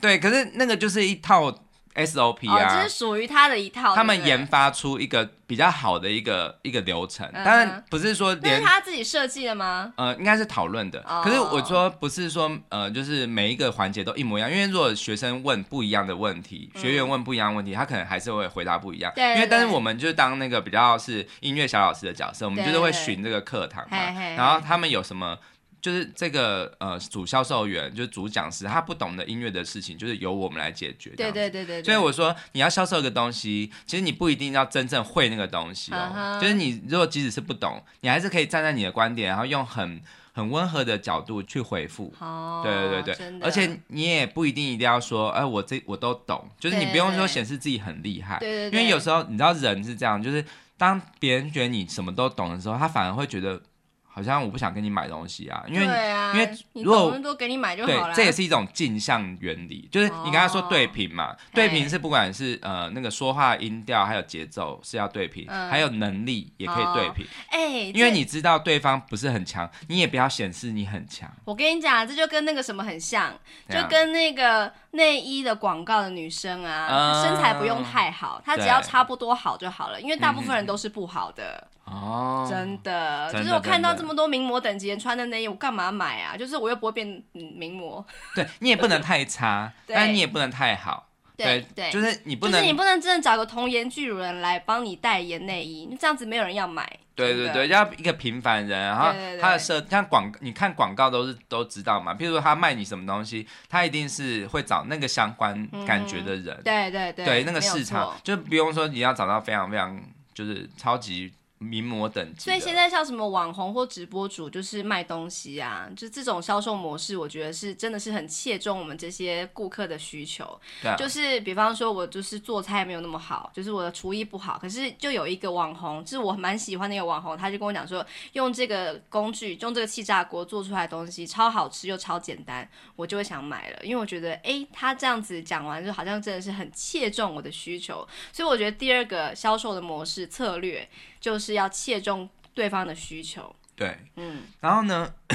B: 对，可是那个就是一套 SOP
A: 哦，
B: 啊
A: 这是，属于他的一套，
B: 他
A: 对
B: 们
A: 不对
B: 研，发出一个比较好的一个一个流程，
A: 嗯哼
B: 当然不是说
A: 那
B: 连
A: 是他自己设计的吗？
B: 呃，应该是讨论的。
A: 哦
B: 可是我说不是说呃，就是每一个环节都一模一样，因为如果学生问不一样的问题，学员问不一样的问题，他可能还是会回答不一样。
A: 嗯对对
B: 因为但是
A: 对
B: 我们就是当那个比较是音乐小老师的角色，我们
A: 对
B: 就是会
A: 对
B: 巡这个课堂嘛，
A: 嘿嘿嘿
B: 然后他们有什么。就是这个呃主销售员，就是主讲师，他不懂的音乐的事情，就是由我们来解决。这
A: 对
B: 样子
A: 对对对，对
B: 所以我说，你要销售一个东西，其实你不一定要真正会那个东西哦。
A: 嗯哼
B: 就是你如果即使是不懂，你还是可以站在你的观点，然后用很很温和的角度去回复。
A: 哦，
B: 对对对
A: 真
B: 对，
A: 的
B: 而且你也不一定一定要说，哎、我这我都懂，就是你
A: 对
B: 不用说显示自己很厉害，
A: 对对
B: 因
A: 对，
B: 为有时候你知道人是这样，就是当别人觉得你什么都懂的时候，他反而会觉得好像我不想跟你买东西啊，因为你
A: 对啊，
B: 因为
A: 你
B: 如果
A: 懂那么多给你买就好哦
B: 对，
A: 了，
B: 这也是一种镜像原理，就是你刚才说对平嘛，对平是不管是呃那个说话音调还有节奏是要对平，
A: 嗯
B: 还有能力也可以对平，
A: 哎，
B: 因为
A: 这
B: 你知道对方不是很强，你也不要显示你很强。
A: 我跟你讲，这就跟那个什么很像，
B: 怎
A: 就
B: 样
A: 跟那个内衣的广告的女生啊，她身材不用太好，她只要差不多好就好了，因为大部分人都是不好的，
B: 哦，
A: 真的。
B: 真
A: 就
B: 的
A: 是我看到
B: 真的
A: 这么多名模等级人穿的内衣，我干嘛买啊？就是我又不会变嗯名模，
B: 对你也不能太差，
A: 对
B: 但你也不能太好，
A: 对对，。
B: 就是是你不
A: 就是
B: 能
A: 你不能真的找个童颜巨乳人来帮你代言内衣，这样子没有人要买。
B: 对
A: 真
B: 对
A: 的
B: 对，，要一个平凡人，然后
A: 对对对
B: 他的设像广，你看广告都是都知道嘛，譬如说他卖你什么东西，他一定是会找那个相关感觉的人，
A: 嗯对对对
B: 对那个
A: 没有
B: 市场
A: 错，
B: 就不用说你要找到非常非常就是超级名模等级
A: 所
B: 的。
A: 以现在像什么网红或直播主，就是卖东西啊，就这种销售模式，我觉得是真的是很切中我们这些顾客的需求。
B: 对啊
A: 就是比方说，我就是做菜没有那么好，就是我的厨艺不好，可是就有一个网红，就是我蛮喜欢的一个网红，他就跟我讲说，用这个工具，用这个气炸锅做出来的东西超好吃又超简单，我就会想买了，因为我觉得，诶，他这样子讲完，就好像真的是很切中我的需求。所以我觉得第二个销售的模式策略就是要切中对方的需求。
B: 对，
A: 嗯，
B: 然后呢，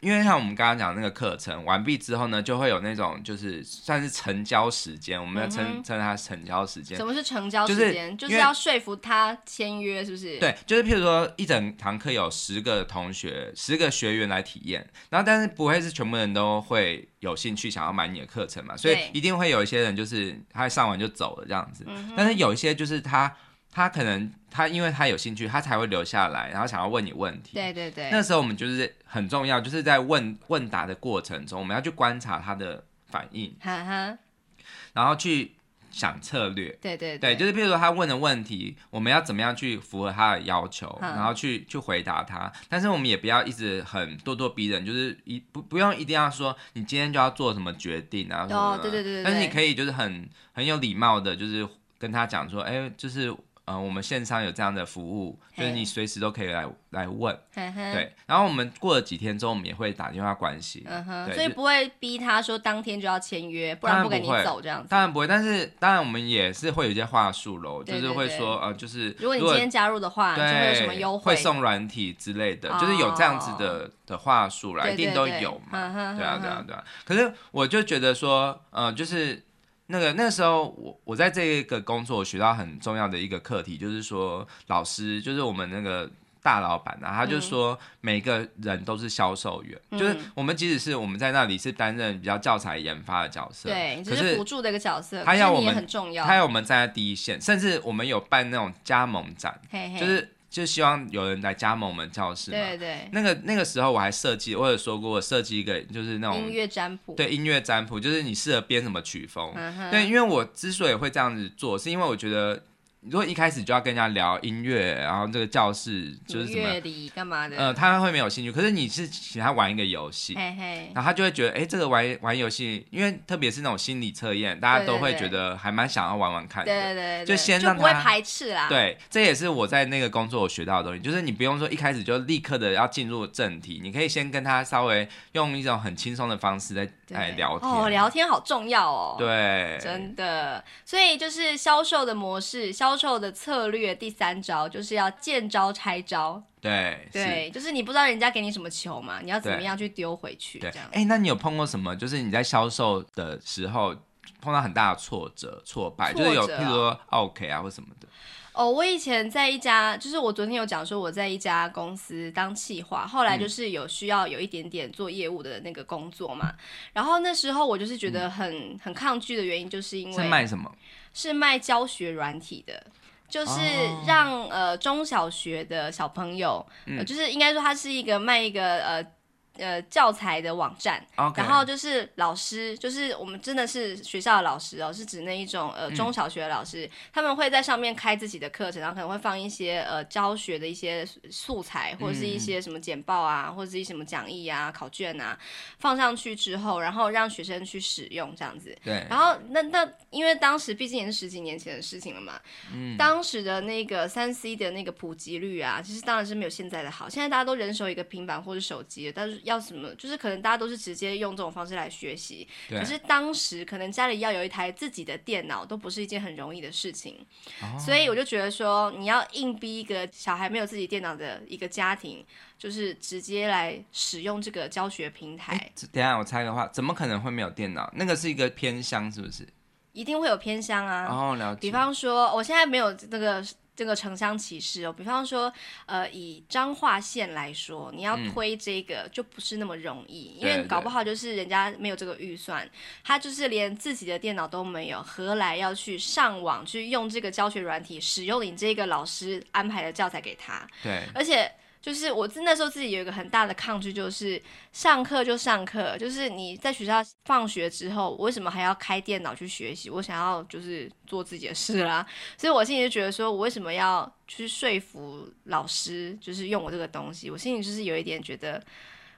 B: 因为像我们刚刚讲的那个课程完毕之后呢，就会有那种就是算是成交时间，我们要称、
A: 嗯
B: 称它成交时间
A: 什。么是成交
B: 就
A: 时
B: 是
A: 间？就
B: 因
A: 是
B: 为
A: 要说服他签约，是不是？，
B: 对，就是譬如说一整堂课有十个同学、十个学员来体验，然后但是不会是全部人都会有兴趣想要买你的课程嘛，所以
A: 对嗯
B: 一定会有一些人就是他上完就走了这样子，但是有一些就是他他可能他因为他有兴趣，他才会留下来，然后想要问你问题。
A: 对对对
B: 那时候我们就是很重要，就是在问问答的过程中，我们要去观察他的反应，
A: 哈哈，
B: 然后去想策略。
A: 对对
B: 对，就是是譬如说他问的问题，我们要怎么样去符合他的要求，
A: 嗯
B: 然后去去回答他。但是我们也不要一直很咄咄逼人，就是一不不用一定要说你今天就要做什么决定啊什
A: 哦
B: 么的。
A: 对对对对
B: 但是你
A: 对
B: 可以就是很很有礼貌的，就是跟他讲说，哎、就是呃，我们线上有这样的服务，就是
A: 嘿嗯
B: 你随时都可以来来问。
A: 哈哈，
B: 对，然后我们过了几天之后，我们也会打电话关心。
A: 嗯哼，
B: 对
A: 所以
B: 就
A: 不会逼他说当天就要签约，不
B: 当
A: 然
B: 然
A: 不给你
B: 不会
A: 走这样子。
B: 当然不会，但是当然我们也是会有一些话术喽，就
A: 对
B: 是
A: 对
B: 会
A: 对
B: 说呃，就是
A: 如果你今天加入的话，啊就会有什么
B: 对
A: 优哦
B: 会送软体之类的，就是有这样子的的话术啦，
A: 对
B: 一定
A: 对
B: 都
A: 对
B: 有
A: 嗯
B: 嘛。
A: 哼
B: 对啊，
A: 嗯
B: 对啊
A: 哼，
B: 对啊。可是我就觉得说，呃，就是那个那个时候，我我在这个工作我学到很重要的一个课题，就是说老师，就是我们那个。大老板啊，他就说每个人都是销售员，就是
A: 嗯
B: 我们即使是我们在那里是担任比较教材研发的角色，
A: 对，你只
B: 可
A: 是
B: 是
A: 辅助的一个角色，可
B: 他
A: 是
B: 要我
A: 你也
B: 们
A: 很重要。
B: 他要我们站在第一线，甚至我们有办那种加盟展，
A: 嘿嘿，
B: 就是就希望有人来加盟我们教室嘛。
A: 对对
B: 那个那个时候我还设计，我有说过我设计一个就是那
A: 对，音
B: 种
A: 乐占卜，
B: 对音乐占卜，就是你适合编什么曲风。
A: 嗯哼，
B: 对，因为我之所以会这样子做，是因为我觉得如果一开始就要跟人家聊音乐，然后这个教室就是
A: 什
B: 怎
A: 么
B: 么
A: 乐，理干嘛的，
B: 呃，他会没有兴趣。可是你是请他玩一个游戏，
A: 嘿嘿，
B: 然后他就会觉得，哎、这个玩玩游戏，因为特别是那种心理测验，大家
A: 对
B: 都
A: 对
B: 会
A: 对
B: 觉得还蛮想要玩玩看的。
A: 对对对，
B: 就
A: 对
B: 先
A: 就
B: 让
A: 不会
B: 他
A: 排斥啦，
B: 对，这也是我在那个工作我学到的东西，就是你不用说一开始就立刻的要进入正题，你可以先跟他稍微用一种很轻松的方式在
A: 对
B: 来哎聊天。
A: 哦，聊天好重要哦，。
B: 对，
A: 真的，所以就是销售的模式、销售的策略，第三招就是要见招拆招。
B: 对
A: 对，就是你不知道人家给你什么球嘛，你要怎么
B: 对
A: 样去丢回去，
B: 是对。
A: 这
B: 哎
A: 样、。
B: 那你有碰过什么？就是你在销售的时候碰到很大的挫折、挫败，就是
A: 挫
B: 有
A: 折
B: 譬如说 OK 啊或什么的。
A: 哦，我以前在一家，就是我昨天有讲说我在一家公司当企划，后来
B: 嗯
A: 就是有需要有一点点做业务的那个工作嘛。然后那时候我就是觉得很、很抗拒的原因，就是因
B: 嗯是
A: 为
B: 卖什么？
A: 是卖教学软体的，就是
B: 哦
A: 让、呃中小学的小朋友，
B: 嗯
A: 呃就是应该说它是一个卖一个呃呃教材的网站。
B: OK，
A: 然后就是老师，就是我们真的是学校的老师哦，是指那一种呃
B: 嗯
A: 中小学的老师，他们会在上面开自己的课程，然后可能会放一些呃教学的一些素材，或者是一
B: 嗯
A: 些什么简报啊，或者是一些什么讲义啊、考卷啊，放上去之后，然后让学生去使用这样子。
B: 对，
A: 然后那那因为当时毕竟也是十几年前的事情了嘛，
B: 嗯
A: 当时的那个三 C 的那个普及率啊，其实当然是没有现在的好。现在大家都人手一个平板或者手机，但是要什么就是可能大家都是直接用这种方式来学习。
B: 对
A: 可是当时可能家里要有一台自己的电脑，都不是一件很容易的事情。所以我就觉得说，你要硬逼一个小孩没有自己电脑的一个家庭，就是直接来使用这个教学平台。
B: 哎这等一下我插个话，怎么可能会没有电脑？那个是一个偏乡，是不是？
A: 一定会有偏乡啊，
B: 哦，了解。
A: 比方说，我现在没有那个这个城乡歧视哦。比方说，呃，以彰化县来说，你要推这个就不是那么容易，因为
B: 嗯对
A: 搞不好就是人家没有这个预算，他就是连自己的电脑都没有，何来要去上网去用这个教学软体，使用你这个老师安排的教材给他？
B: 对，
A: 而且就是我自那时候自己有一个很大的抗拒，就是上课就上课，就是你在学校放学之后，我为什么还要开电脑去学习？我想要就是做自己的事啦。所以我心里就觉得说，我为什么要去说服老师，就是用我这个东西？我心里就是有一点觉得，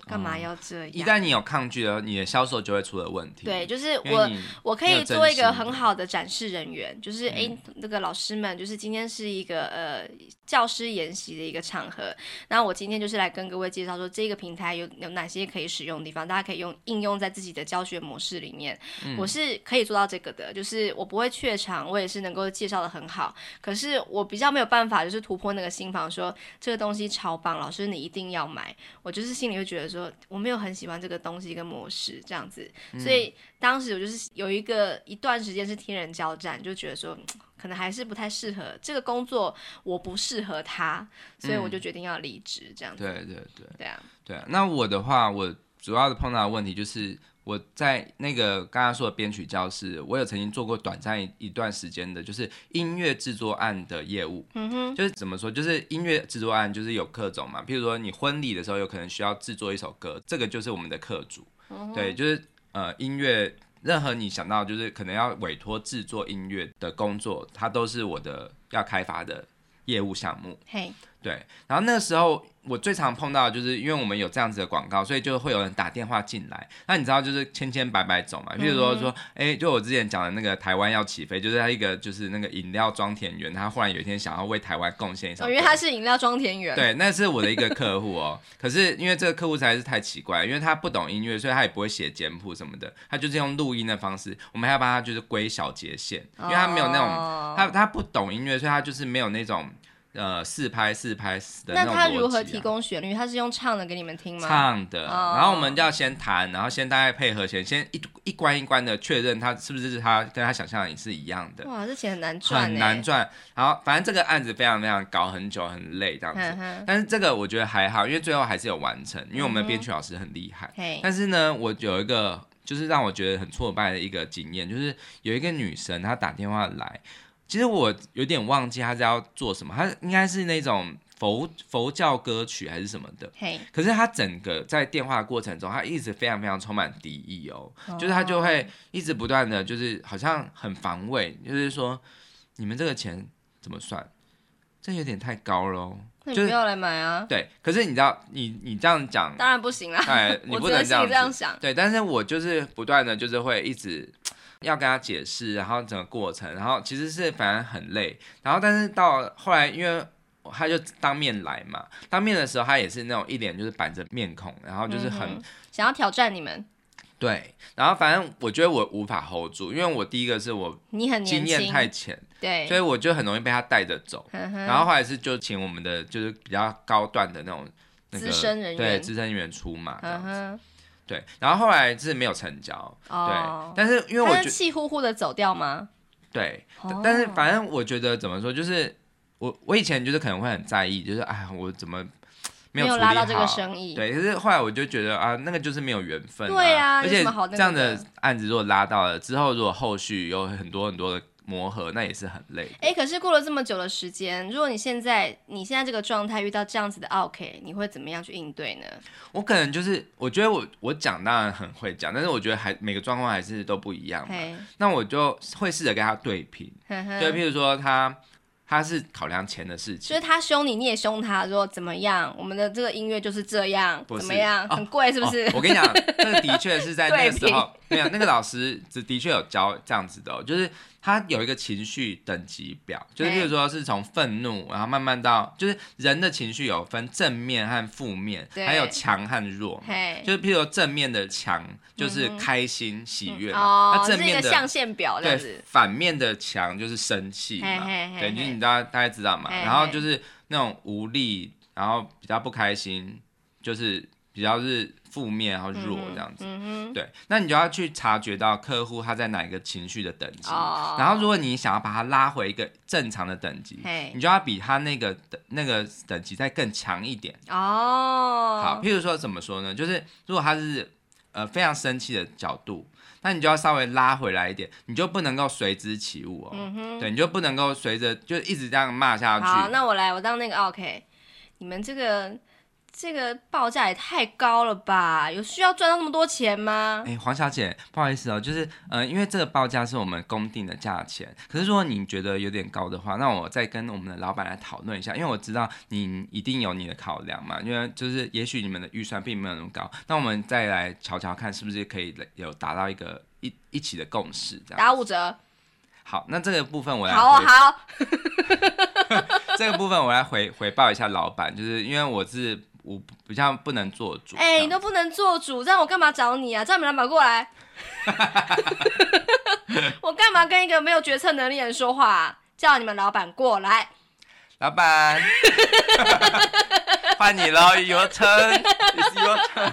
A: 干嘛要这
B: 哦一
A: 样？
B: 旦你有抗拒了，你的销售就会出了问题。
A: 对，就是
B: 因
A: 我
B: 为你
A: 我可
B: 没有
A: 以
B: 真
A: 做一个
B: 心
A: 很
B: 的
A: 好的展示人员，就是诶，那个老师们，就是今天是一个呃教师研习的一个场合，那我今天就是来跟各位介绍说这个平台有有哪些可以使用的地方，大家可以用应用在自己的教学模式里面。我是可以做到这个的，就是我不会怯场，我也是能够介绍的很好，可是我比较没有办法就是突破那个心房说这个东西超棒，老师你一定要买。我就是心里会觉得说我没有很喜欢这个东西跟模式这样子，
B: 嗯
A: 所以当时我就是有一个一段时间是天人交战，就觉得说。嗯可能还是不太适合这个工作，我不适合它，所以我就决定要离职，这样子。
B: 对对嗯对
A: 对啊，
B: 对。那我的话，我主要的碰到的问题就是。我在那个刚刚说的编曲教室，我有曾经做过短暂一一段时间的，就是音乐制作案的业务。
A: 嗯哼，
B: 就是怎么说，就是音乐制作案就是有各种嘛，譬如说你婚礼的时候有可能需要制作一首歌，这个就是我们的课主，
A: 嗯
B: 对，就是呃音乐。任何你想到就是可能要委托制作音乐的工作，它都是我的要开发的业务项目。
A: 嘿，
B: 对，然后那个时候我最常碰到的就是，因为我们有这样子的广告，所以就会有人打电话进来。那你知道就是千千百百种嘛，比如
A: 嗯
B: 说说，哎、就我之前讲的那个台湾要起飞，就是他一个就是那个饮料装田园，他忽然有一天想要为台湾贡献一首
A: 哦，
B: 歌。
A: 因为它是饮料装田园。
B: 对，那是我的一个客户哦。可是因为这个客户实在是太奇怪，因为他不懂音乐，所以他也不会写简谱什么的，他就是用录音的方式。我们还要帮他就是归小节线，因为他没有那种
A: 哦
B: 他他不懂音乐，所以他就是没有那种呃四拍四拍的
A: 那
B: 种、啊
A: 他如何提？供旋律？他是用唱的给你们听吗？
B: 唱的，
A: 哦
B: 然后我们就要先弹，然后先大概配合弦，先一一关一关的确认他是不是他跟他想象的是一样的，
A: 哇，这钱很难赚、欸，
B: 很难赚。然后反正这个案子非常非常搞很久，很累这样
A: 嗯
B: 子。
A: 哼，
B: 但是这个我觉得还好，因为最后还是有完成，因为我
A: 嗯
B: 们的编曲老师很厉害。
A: 嘿，
B: 但是呢，我有一个就是让我觉得很挫败的一个经验，就是有一个女生她打电话来，其实我有点忘记她是要做什么，她应该是那种佛佛教歌曲还是什么的。
A: 嘿，
B: 可是她整个在电话的过程中，她一直非常非常充满敌意哦，就是她就会一直不断的，就是好像很防卫，就是说你们这个钱怎么算？这有点太高喽。
A: 那你
B: 就是
A: 不要来买啊！
B: 对，可是你知道，你你这样讲，
A: 当然不行啦，
B: 哎，你
A: 我
B: 不
A: 只
B: 能
A: 能
B: 这
A: 心里这
B: 样子。
A: 样想。
B: 对，但是我就是不断的就是会一直要跟他解释，然后整个过程，然后其实是反正很累，然后但是到后来因为。他就当面来嘛，当面的时候他也是那种一脸就是板着面孔，然后就是很、
A: 嗯哼想要挑战你们，
B: 对，然后反正我觉得我无法 hold 住，因为我第一个是我
A: 你很年
B: 经验
A: 轻，
B: 太浅，
A: 对，
B: 所以我就很容易被他带着走。
A: 嗯哼
B: 然后后来是就请我们的就是比较高段的那种那个
A: 资深人员
B: 对资深人员出马这样
A: 嗯
B: 子，
A: 哼，
B: 对，然后后来是没有成交，对
A: 哦，，
B: 但是因为我
A: 他
B: 觉
A: 是气呼呼的走掉吗？
B: 对，
A: 哦
B: 但是反正我觉得怎么说，就是我我以前就是可能会很在意，就是哎，我怎么没
A: 没有
B: 有处
A: 拉
B: 理
A: 到这个
B: 好
A: 生意
B: 对，可是后来我就觉得啊，那个就是没有缘分、
A: 对
B: 啊，
A: 啊
B: 而
A: 有
B: 且
A: 什么好那个
B: 这样的
A: 的
B: 案子如果拉到了之后，如果后续有很多很多的磨合，那也是很累。
A: 哎，可是过了这么久的时间，如果你现在你现在这个状态遇到这样子的 OK，你会怎么样去应对呢？
B: 我可能就是我觉得我我讲当然很会讲，但是我觉得还每个状况还是都不一样嘛。
A: 嘿，嗯
B: 那我就会试着跟他对平，
A: 哼
B: 就
A: 哼，
B: 譬如说他他是考量钱的事情
A: 就。是他凶你，你也凶他，说怎么样？我们的这个音乐就是这样，
B: 不是
A: 怎么样？
B: 哦
A: 很贵是不是
B: 哦？我跟你讲，那个的确是在那个时
A: 对比
B: 候，没有那个老师只的确有教这样子的、哦，就是他有一个情绪等级表，就是
A: 嘿
B: 比如说是从愤怒，然后慢慢到就是人的情绪有分正面和负面，
A: 对
B: 还有强和弱嘛。
A: 嘿，嗯
B: 就是譬如说正面的强就是开心、喜悦嘛，
A: 哦
B: 那，
A: 这是
B: 正
A: 一
B: 面
A: 个
B: 的
A: 象限表这样
B: 对
A: 子，，
B: 反面的强就是生气嘛，
A: 嘿嘿嘿
B: 对，就是
A: 嘿
B: 你大家大概知道嘛。
A: 嘿
B: 然后
A: 嘿
B: 就是那种无力，然后比较不开心，就是比较是负面，然后弱这样子。
A: 嗯
B: 对，那你就要去察觉到客户他在哪一个情绪的等级，
A: 哼，哦，
B: 然后如果你想要把他拉回一个正常的等级，
A: 嘿
B: 你，就要比他那个等那个等级再更强一点。
A: 哦，
B: 好，，譬如说怎么说呢？就是如果他是呃非常生气的角度，那你就要稍微拉回来一点，你就不能够随之起舞哦。
A: 嗯哼，
B: 对，你就不能够随着就一直这样骂下去。
A: 好，那我来，我当那个哦 OK。你们这个这个报价也太高了吧？有需要赚到那么多钱吗？
B: 哎、黄小姐，不好意思哦，就是呃，因为这个报价是我们公定的价钱，可是如果你觉得有点高的话，那我再跟我们的老板来讨论一下，因为我知道你一定有你的考量嘛，因为就是也许你们的预算并没有那么高，那我们再来瞧瞧看是不是可以有达到一个一一起的共识，这样。
A: 打五折，
B: 好，那这个部分我来
A: 好哦
B: 回
A: 好，
B: 这个部分我来回回报一下老板，就是因为我是我比较不能做主，
A: 哎、
B: 这
A: 你都
B: 样
A: 不能做主，让我干嘛找你啊？叫你们老板过 来，我干嘛跟一个没有决策能力的人说话、啊？叫你们老板过 来，
B: 老板， 换你喽，Your turn，It's your turn。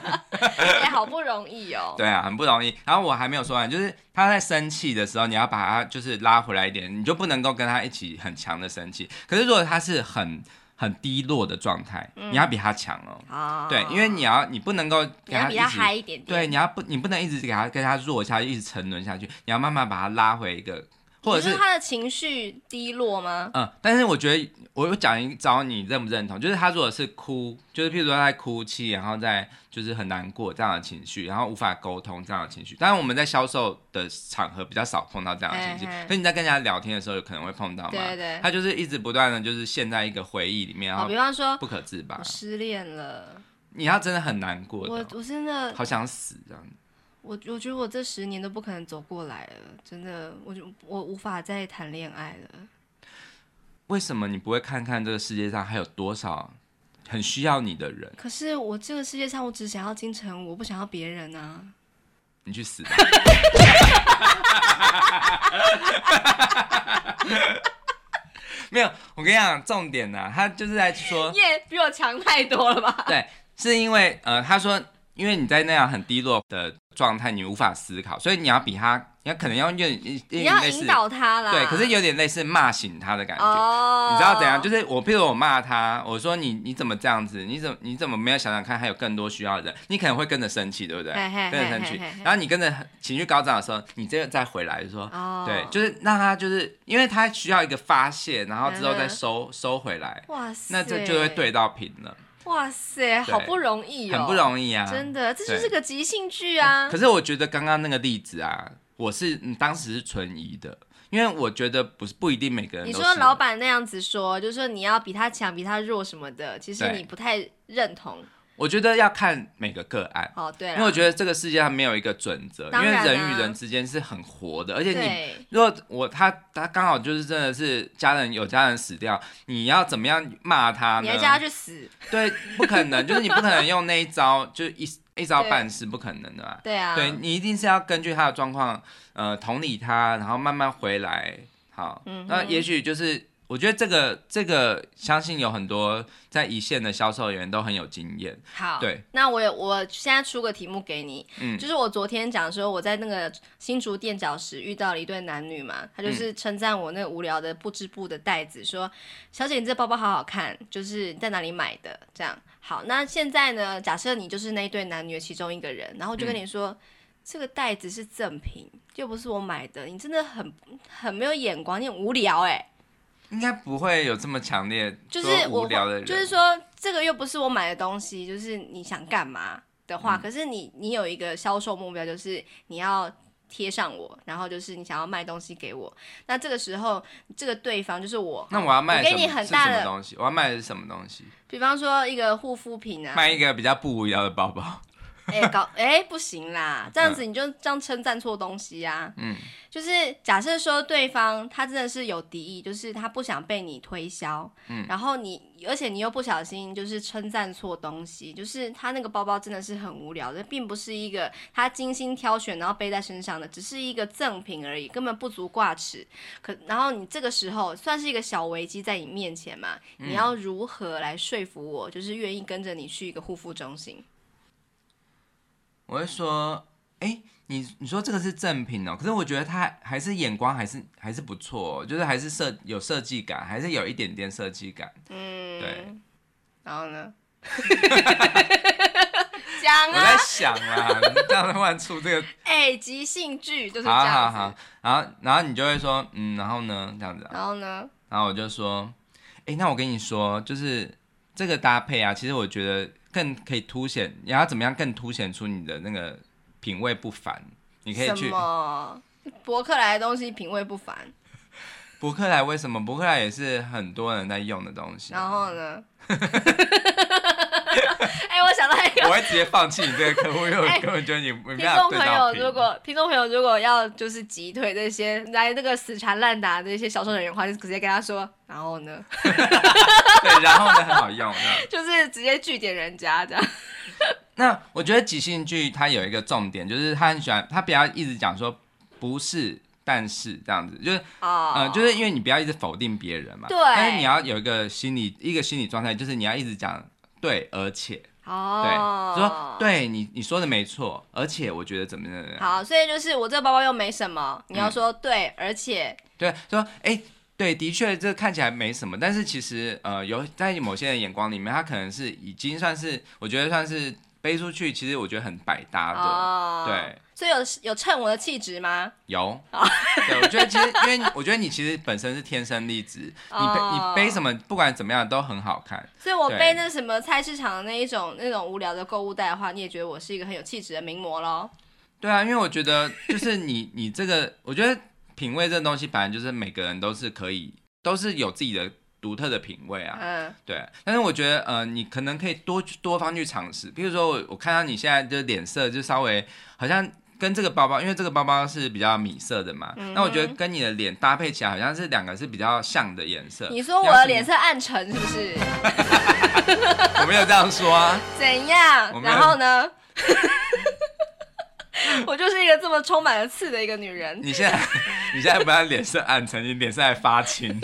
A: 哎、好不容易哦。
B: 对啊，很不容易。然后我还没有说完，就是他在生气的时候，你要把他就是拉回来一点，你就不能够跟他一起很强的生气。可是如果他是很很低落的状态，你
A: 嗯
B: 要比他强哦。
A: 啊
B: 对，因为你要你不能够
A: 你
B: 给
A: 要
B: 他一
A: 比他
B: 起
A: 嗨一点点。
B: 对，你要不你不能一直给他跟他弱下去，一直沉沦下去，你要慢慢把他拉回一个，或者
A: 你
B: 是
A: 说他的情绪低落吗？
B: 嗯，但是我觉得我有讲一招，你认不认同？就是他如果是哭，就是譬如说他在哭泣，然后在就是很难过这样的情绪，然后无法沟通这样的情绪。当然我们在销售的场合比较少碰到这样的情绪
A: 嘿嘿，
B: 可你在跟人家聊天的时候有可能会碰到嘛？
A: 对对
B: 他就是一直不断的就是陷在一个回忆里面，然
A: 好，
B: 后
A: 哦比方说
B: 不可自拔
A: 我。失恋了，
B: 你要真的很难过
A: 我
B: 的，哦
A: 我真的
B: 好想死这样。
A: 我我觉得我这十年都不可能走过来了，真的，我就我无法再谈恋爱了。
B: 为什么你不会看看这个世界上还有多少很需要你的人？
A: 可是我这个世界上，我只想要金城武，我不想要别人啊！
B: 你去死吧！ 没有，我跟你讲，重点呢、他就是在说，
A: 耶、比我强太多了吧？
B: 对，是因为呃，他说，因为你在那样很低落的状态，你无法思考，所以你要比他，你要可能要用一
A: 你
B: 一
A: 要
B: 类
A: 引
B: 似，
A: 导他啦。
B: 对，可是有点类似骂醒他的感觉。
A: 哦，
B: 你知道怎样？就是我，譬如我骂他，我说你你怎么这样子？你怎么你怎么没有想想看还有更多需要的人？你可能会跟着生气，对不对？
A: 嘿嘿
B: 跟着生气
A: 嘿嘿嘿，
B: 然后你跟着情绪高涨的时候，你这个再回来就说，
A: 哦，
B: 对，就是让他就是因为他需要一个发泄，然后之后
A: 嗯
B: 再
A: 哼欸
B: 收、收回来，
A: 哇塞，
B: 那这就会。对到平了，
A: 哇塞，好不容易哦，
B: 很不容易啊。
A: 真的，这就是
B: 对
A: 个即兴剧啊
B: 可！是我觉得刚刚那个例子啊，我是嗯当时是存疑的，因为我觉得不是不一定每个人
A: 你
B: 都
A: 说
B: 是
A: 老板那样子说，就是说你要比他强、比他弱什么的，其实
B: 对
A: 你不太认同。
B: 我觉得要看每个个案。
A: 哦，对
B: 因为我
A: 了，
B: 觉得这个世界上没有一个准则，因
A: 当
B: 为
A: 然啊
B: 人与人之间是很活的，而且你
A: 对，
B: 如果我他他刚好就是真的是家人有家人死掉，你要怎么样骂他
A: 你
B: 呢
A: 还？叫他去死？
B: 对，不可能，就是你不可能用那一招， 就是一一招
A: 对
B: 办事，不可能的嘛。
A: 对啊，
B: 对你一定是要根据他的状况，呃，同理他，然后慢慢回来。好，
A: 嗯哼
B: 那也许就是我觉得这个这个，相信有很多在一线的销售员都很有经验。
A: 好，
B: 对，
A: 那我有我现在出个题目给你，
B: 嗯
A: 就是我昨天讲说我在那个新竹垫脚石遇到了一对男女嘛，他
B: 嗯
A: 就是称赞我那个无聊的布织布的袋子，说小姐你这包包好好看，就是在哪里买的这样。好，那现在呢，假设你就是那一对男女的其中一个人，然后我
B: 嗯
A: 就跟你说。这个袋子是赠品，又不是我买的，你真的很很没有眼光，你很无聊哎、
B: 应该不会有这么强烈
A: 就是
B: 说
A: 我
B: 无聊的人，
A: 就是说这个又不是我买的东西，就是你想干嘛的话，
B: 嗯
A: 可是你你有一个销售目标，就是你要贴上我，然后就是你想要卖东西给我，那这个时候这个对方就是我，
B: 那我要卖
A: 我给
B: 什么
A: 你很大
B: 是
A: 的
B: 什么东西？我要卖的是什么东西？
A: 比方说一个护肤品啊，
B: 卖一个比较不无聊的包包。
A: 哎、搞哎、不行啦，这样子你就这样称赞错东西啊。
B: 嗯，
A: 就是假设说对方他真的是有敌意，就是他不想被你推销，嗯，然后你而且你又不小心就是称赞错东西，就是他那个包包真的是很无聊的，并不是一个他精心挑选然后背在身上的，只是一个赠品而已，根本不足挂齿。可然后你这个时候算是一个小危机在你面前嘛，你要如何来说服我，就是愿意跟着你去一个护肤中心？
B: 我会说，哎、你你说这个是正品哦、可是我觉得他还是眼光还是还是不错、哦，就是还是设有设计感，还是有一点点设计感。
A: 嗯，
B: 对。
A: 然后 呢？讲
B: 我在
A: 啊！
B: 想啊， 你这样突然出 这个，
A: 哎、即兴剧就是这
B: 好
A: 样
B: 好
A: 子。
B: 好，然后然后你就会说，嗯，然后呢这样子、啊，
A: 然后呢？
B: 然后我就说，哎、那我跟你说，就是这个搭配啊，其实我觉得更可以凸显，你要怎么样更凸显出你的那个品味不凡？你可以
A: 什
B: 去
A: 么？博客来的东西品味不凡，
B: 博客来，为什么博客来也是很多人在用的东西？
A: 然后 呢？哎、我想到一个
B: 我会直接放弃你这个客户，因为我根本觉得你没
A: 哎听
B: 办法
A: 众
B: 对
A: 朋
B: 到
A: 友，
B: 频
A: 如果听众朋友如果要就是击退这些来这个死缠烂打这些销售人员的话，就直接跟他说，然后呢，
B: 对，然后呢很好用。这
A: 就
B: 样
A: 是直接据点人家这样。
B: 那我觉得即兴剧它有一个重点，就是他很喜欢，他不要一直讲说不是，但是这样子，就是
A: 哦，
B: 呃，就是因为你不要一直否定别人嘛，
A: 对
B: 但是你要有一个心理一个心理状态，就是你要一直讲对，而且对，
A: 哦，
B: 说。对你你说的没错，而且我觉得怎么怎么样，
A: 好，所以就是我这个包包又没什么，你要
B: 嗯
A: 说对，而且
B: 对，说哎、对，的确这看起来没什么，但是其实呃，有在某些人眼光里面，他可能是已经算是，我觉得算是背出去，其实我觉得很百搭的，
A: 哦，
B: 啊对，
A: 所以有有衬我的气质吗？
B: 有，
A: 哦
B: 对，我觉得其实因为你我觉得你其实本身是天生丽质，你背
A: 哦
B: 你背什么不管怎么样都很好看，
A: 所以我
B: 对
A: 背那什么菜市场的那一种那种无聊的购物袋的话，你也觉得我是一个很有气质的名模喽？
B: 对啊，因为我觉得就是你 你这个，我觉得品味这东西，本来就是每个人都是可以，都是有自己的独特的品味啊，
A: 嗯，
B: 对，但是我觉得，呃，你可能可以多去多方去尝试。比如说我，我看到你现在的脸色就稍微好像跟这个包包，因为这个包包是比较米色的嘛，
A: 嗯
B: 那我觉得跟你的脸搭配起来，好像是两个是比较像的颜色。
A: 你说我的脸色暗沉是不 是？
B: 我没有这样说啊，
A: 怎样？
B: 我没有
A: 然后呢？ 我就是一个这么充满了刺的一个女人。
B: 你现在你现在不要脸色暗沉，你脸色还发青。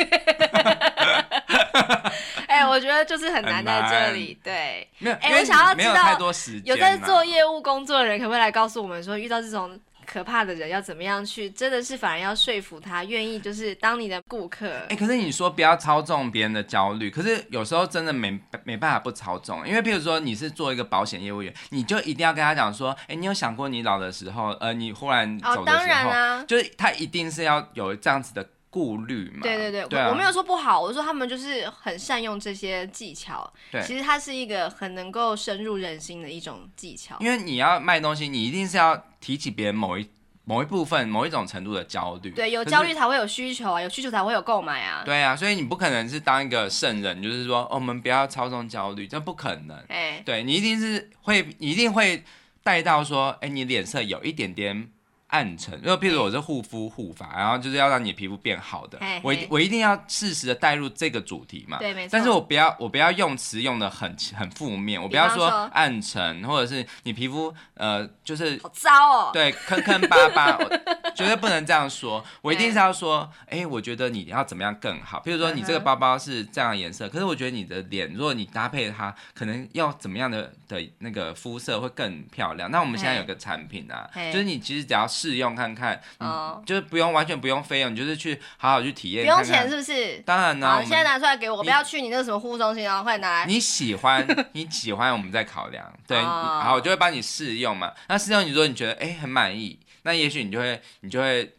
A: 哎、我觉得就是很难
B: 很
A: 在
B: 难
A: 这里。对，
B: 没有，
A: 哎
B: 因为
A: 我想要
B: 你没有
A: 知道
B: 太多时间
A: 有在
B: 嘛
A: 做业务工作的人，可不可以来告诉我们说，遇到这种可怕的人要怎么样去？真的是反而要说服他，愿意就是当你的顾客。
B: 哎、可是你说不要操纵别人的焦虑，可是有时候真的没没办法不操纵，因为譬如说你是做一个保险业务员，你就一定要跟他讲说，哎、你有想过你老的时候，呃，你忽然
A: 哦
B: 走，的时候，
A: 当然啊，
B: 就是他一定是要有这样子的顾虑嘛。
A: 对对对，
B: 啊、
A: 我我没有说不好，我说他们就是很善用这些技巧。
B: 对
A: 其实它是一个很能够深入人心的一种技巧。
B: 因为你要卖东西，你一定是要提起别人某一某一部分、某一种程度的焦虑。
A: 对，有
B: 可是
A: 焦虑才会有需求啊，有需求才会有购买啊。
B: 对啊，所以你不可能是当一个圣人，就是说、哦我们不要操纵焦虑，这不可能。
A: 哎、
B: 对你一定是会，你一定会带到说，哎、你脸色有一点点暗沉，因为譬如我是护肤护发，然后就是要让你皮肤变好的
A: 嘿，
B: 我一定
A: 嘿
B: 我一定要适时的带入这个主题嘛。
A: 对，没错。
B: 啊但是我不要，我不要用词用的很很负面，我不要
A: 比方说
B: 暗沉，或者是你皮肤呃就是
A: 好糟哦。
B: 对坑坑巴巴，我绝对不能这样说。我一定是要说，哎、我觉得你要怎么样更好。譬如说，你这个
A: 嗯哼
B: 包包是这样的颜色，可是我觉得你的脸，如果你搭配它，可能要怎么样的的那个肤色会更漂亮。那我们现在有个产品啊
A: 嘿，
B: 就是你其实只要试用看看，
A: 哦，
B: 就是不用完全不用费用，你就是去好好去体
A: 不
B: 验看
A: 用
B: 嗯看。
A: 钱是不是？
B: 当然呢、
A: 好，
B: 我
A: 你现在
B: 们
A: 拿出来给我，不
B: 你
A: 要去你那个什么护肤中心哦，快拿来。
B: 你 喜欢你喜欢，我们再考量。对，你
A: 哦
B: 好，我就会帮你试用嘛。那试用，你说你觉得哎、很满意，那也许你就会你就会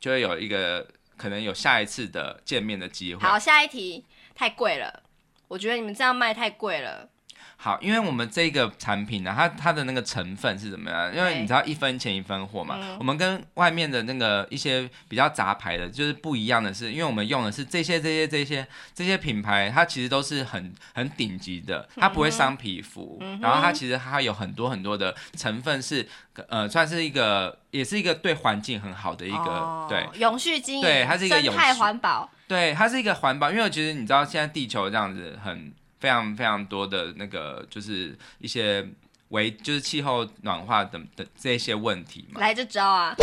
B: 就会有一个可能有下一次的见面的机会。
A: 好，下一题太贵了，我觉得你们这样卖太贵了。
B: 好，因为我们这个产品呢、它它的那个成分是怎么样？因为
A: 对
B: 你知道一分钱一分货嘛。
A: 嗯
B: 我们跟外面的那个一些比较杂牌的，就是不一样的是，因为我们用的是这些这些这些这些品牌，它其实都是很很顶级的，它不会伤皮肤，
A: 嗯哼
B: 然后它其实它有很多很多的成分是呃，算是一个也是一个对环境很好的一个、
A: 哦
B: 对。
A: 永续经营，
B: 对它是一个
A: 生
B: 永
A: 态
B: 续
A: 环保。
B: 对，它是一个环保，因为其实你知道现在地球这样子很非常非常多的那个就是一些为就是气候暖化等等这些问题 嘛，
A: 来这招啊！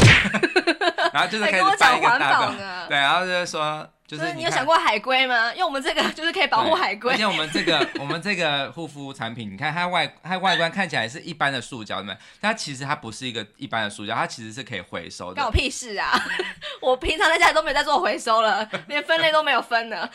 B: 然后就是
A: 还
B: 开始
A: 跟我
B: 办
A: 讲
B: 一个
A: 环
B: 大
A: 保
B: 的，
A: 呢。
B: 对，然后就是说就
A: 所
B: 是
A: 以你有
B: 看
A: 想过海龟吗？因为我们这个就是可以保护
B: 对
A: 海龟
B: 而。且我们 这个我们这个护肤产品，你看它外它外观看起来是一般的塑胶，对不对？但它其实它不是一个一般的塑胶，它其实是可以回收的
A: 干我。屁事啊！ 我平常在家里都没有在做回收了，连分类都没有分 呢。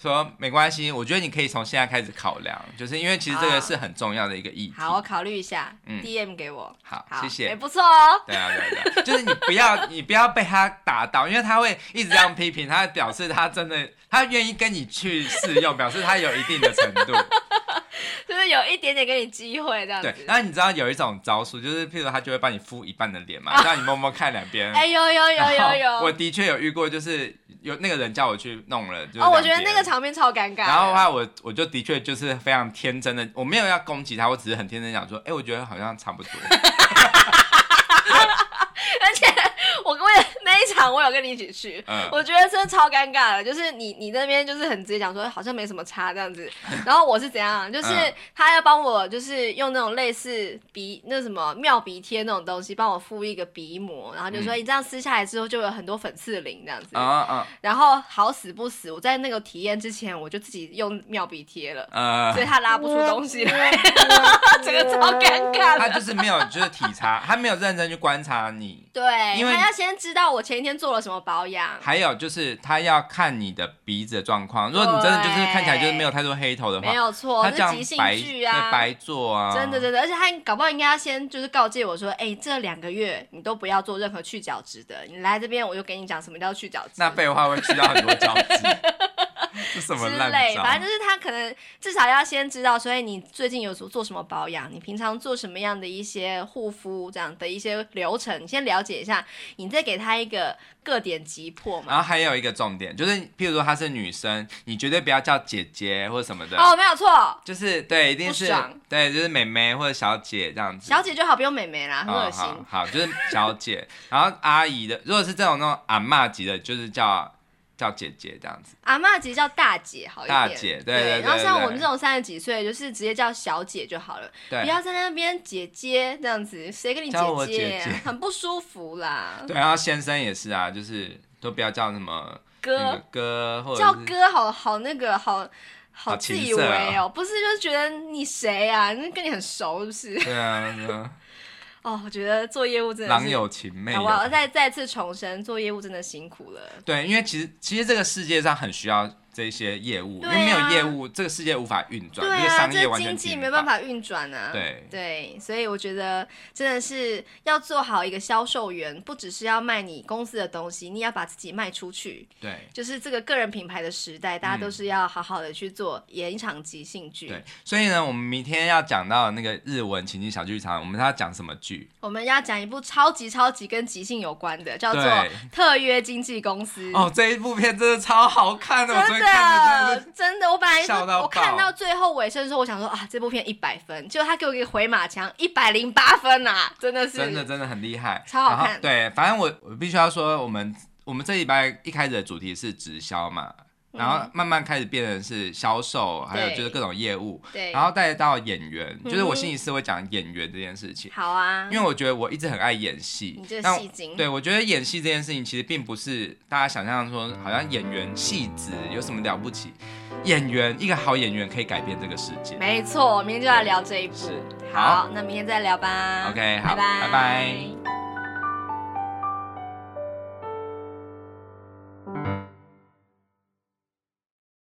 B: 说没关系，我觉得你可以从现在开始考量，就是因为其实这
A: 啊
B: 个是很重要的一个议题。
A: 好，我考虑一下、
B: 嗯
A: d m 给我。
B: 好，
A: 好，
B: 谢谢
A: 也、。不错哦。
B: 对啊，对啊，对啊， 就是你不要，你不要被他打到，因为他会一直这样批评，他表示他真的，他愿意跟你去试用，表示他有一定的程度。
A: 就是有一点点给你机会这样子
B: 对，。然后你知道有一种招数，就是譬如他就会帮你敷一半的 脸嘛，让你摸摸看两边。
A: 哎、有有有
B: 然后
A: 有有，
B: 我的确有遇过，就是有那个人叫我去弄了，就是
A: 哦，我
B: 两
A: 觉得
B: 边
A: 那个场面超尴尬的。
B: 然后的话，我我就的确就是非常天真的，我没有要攻击他，我只是很天真地想说，哎、我觉得好像差 不多。
A: 而且我为了那一场，我有跟你一起去，
B: 嗯
A: 我觉得真的超尴尬的。就是你你那边就是很直接讲说好像没什么差这样 子，然后我是怎样，就是
B: 嗯
A: 他要帮我就是用那种类似鼻那什么妙鼻贴那种东西帮我敷一个鼻膜，然后就说你这样撕下来之后就有很多粉刺鳞这样子。
B: 嗯啊啊
A: 然后好死不死，我在那个体验之前我就自己用妙鼻贴了。
B: 呃
A: 所以，他拉不出东西来， 整个超尴尬
B: 他
A: 的。
B: 就是没有就是体察，他没有认真去观察你，
A: 对，
B: 因为
A: 他要先知道我前一天做了什么保养，
B: 还有就是他要看你的鼻子的状况。如果你真的就是看起来就是没有太多黑头的话
A: 没，有错，
B: 他这
A: 这
B: 样
A: 即兴
B: 白
A: 剧
B: 对
A: 啊，
B: 白做啊，
A: 真的真的，而且他搞不好应该要先就是告诫我说，哎、这两个月你都不要做任何去角质的，你来这边我就给你讲什么叫去角质。
B: 那废话会需要很多招子，是什么
A: 之
B: 烂
A: 类，
B: 招？
A: 反正就是他可能至少要先知道，所以你最近有做做什么保养，你平常做什么样的一些护肤这样的一些流程，你先了解一下，你再给他一个个点击破嘛。
B: 然后还有一个重点就是，譬如说她是女生，你绝对不要叫姐姐或什么的，
A: 哦，没有错，
B: 就是对，一定是
A: 不爽
B: 对，就是妹妹或者小姐这样子。
A: 小姐就好，不用美眉啦，很恶心。
B: 哦好。好，就是小姐。 然后阿姨的，如果是这种那种阿嬷级的，就是叫叫姐姐这样子。
A: 阿嬷级叫大姐好一点，
B: 大姐对对对
A: 然后像
B: 对
A: 我们这种三十几岁，就是直接叫小姐就好了，
B: 对
A: 不要在那边姐姐这样子，谁跟你
B: 叫我
A: 姐
B: 姐姐
A: 很不舒服啦。
B: 对，然后先生也是啊，就是都不要叫什么那个
A: 哥
B: 哥嗯或者
A: 叫
B: 是
A: 哥好好那个好好
B: 好
A: 自
B: 情
A: 以为
B: 色啊
A: 哦，不是就是觉得你谁啊，那跟你很熟是不是？
B: 对啊，对啊
A: 哦，我觉得做业务真的是
B: 郎有情妹
A: 啊
B: 有
A: 我要再再次重申，做业务真的辛苦了。
B: 对，因为其实其实这个世界上很需要这些业务，
A: 对
B: 因为没有
A: 啊
B: 业务，这个世界无法运转，
A: 对
B: 这个
A: 啊，
B: 商业
A: 这
B: 完全
A: 经济
B: 停摆
A: 没办。法运转啊。
B: 对
A: 对，所以我觉得真的是要做好一个销售员，不只是要卖你公司的东西，你也要把自己卖出去。
B: 对，
A: 就是这个个人品牌的时代，大家都
B: 嗯
A: 是要好好的去做演一场即兴剧。
B: 对，所以呢，我们明天要讲到那个日文情景小剧场，我们要讲什么剧？
A: 我们要讲一部超级超级跟即兴有关的，叫做
B: 对
A: 《特约经纪公司》。
B: 哦，这一部片真的超好看的，我昨
A: 真
B: 天看的真
A: 的
B: 的是，
A: 真的，我本来说
B: 笑到爆
A: 我看到最后尾声的时候，我想说啊，这部片一百分，结果他给我一个回马枪，一百零八分啊，真的是，
B: 真的真的很厉害，
A: 超好
B: 然后
A: 看
B: 对，反正我我必须要说，我们我们这礼拜一开始的主题是直销嘛，然后慢慢开始变成是销售，还有
A: 嗯对
B: 就是各种业务，
A: 对，
B: 然后再到演员，就是
A: 嗯哼
B: 我星期四会讲演员这件事情。
A: 好啊，
B: 因为我觉得我一直很爱演戏，
A: 你这个
B: 但
A: 戏精
B: 对我觉得演戏这件事情其实并不是大家想象说好像演员戏子有什么了不起，演员一个好演员可以改变这个世界。
A: 没错，我明天就要聊这一部。
B: 是
A: 好，那明天再聊吧。
B: OK，
A: 拜
B: 好拜拜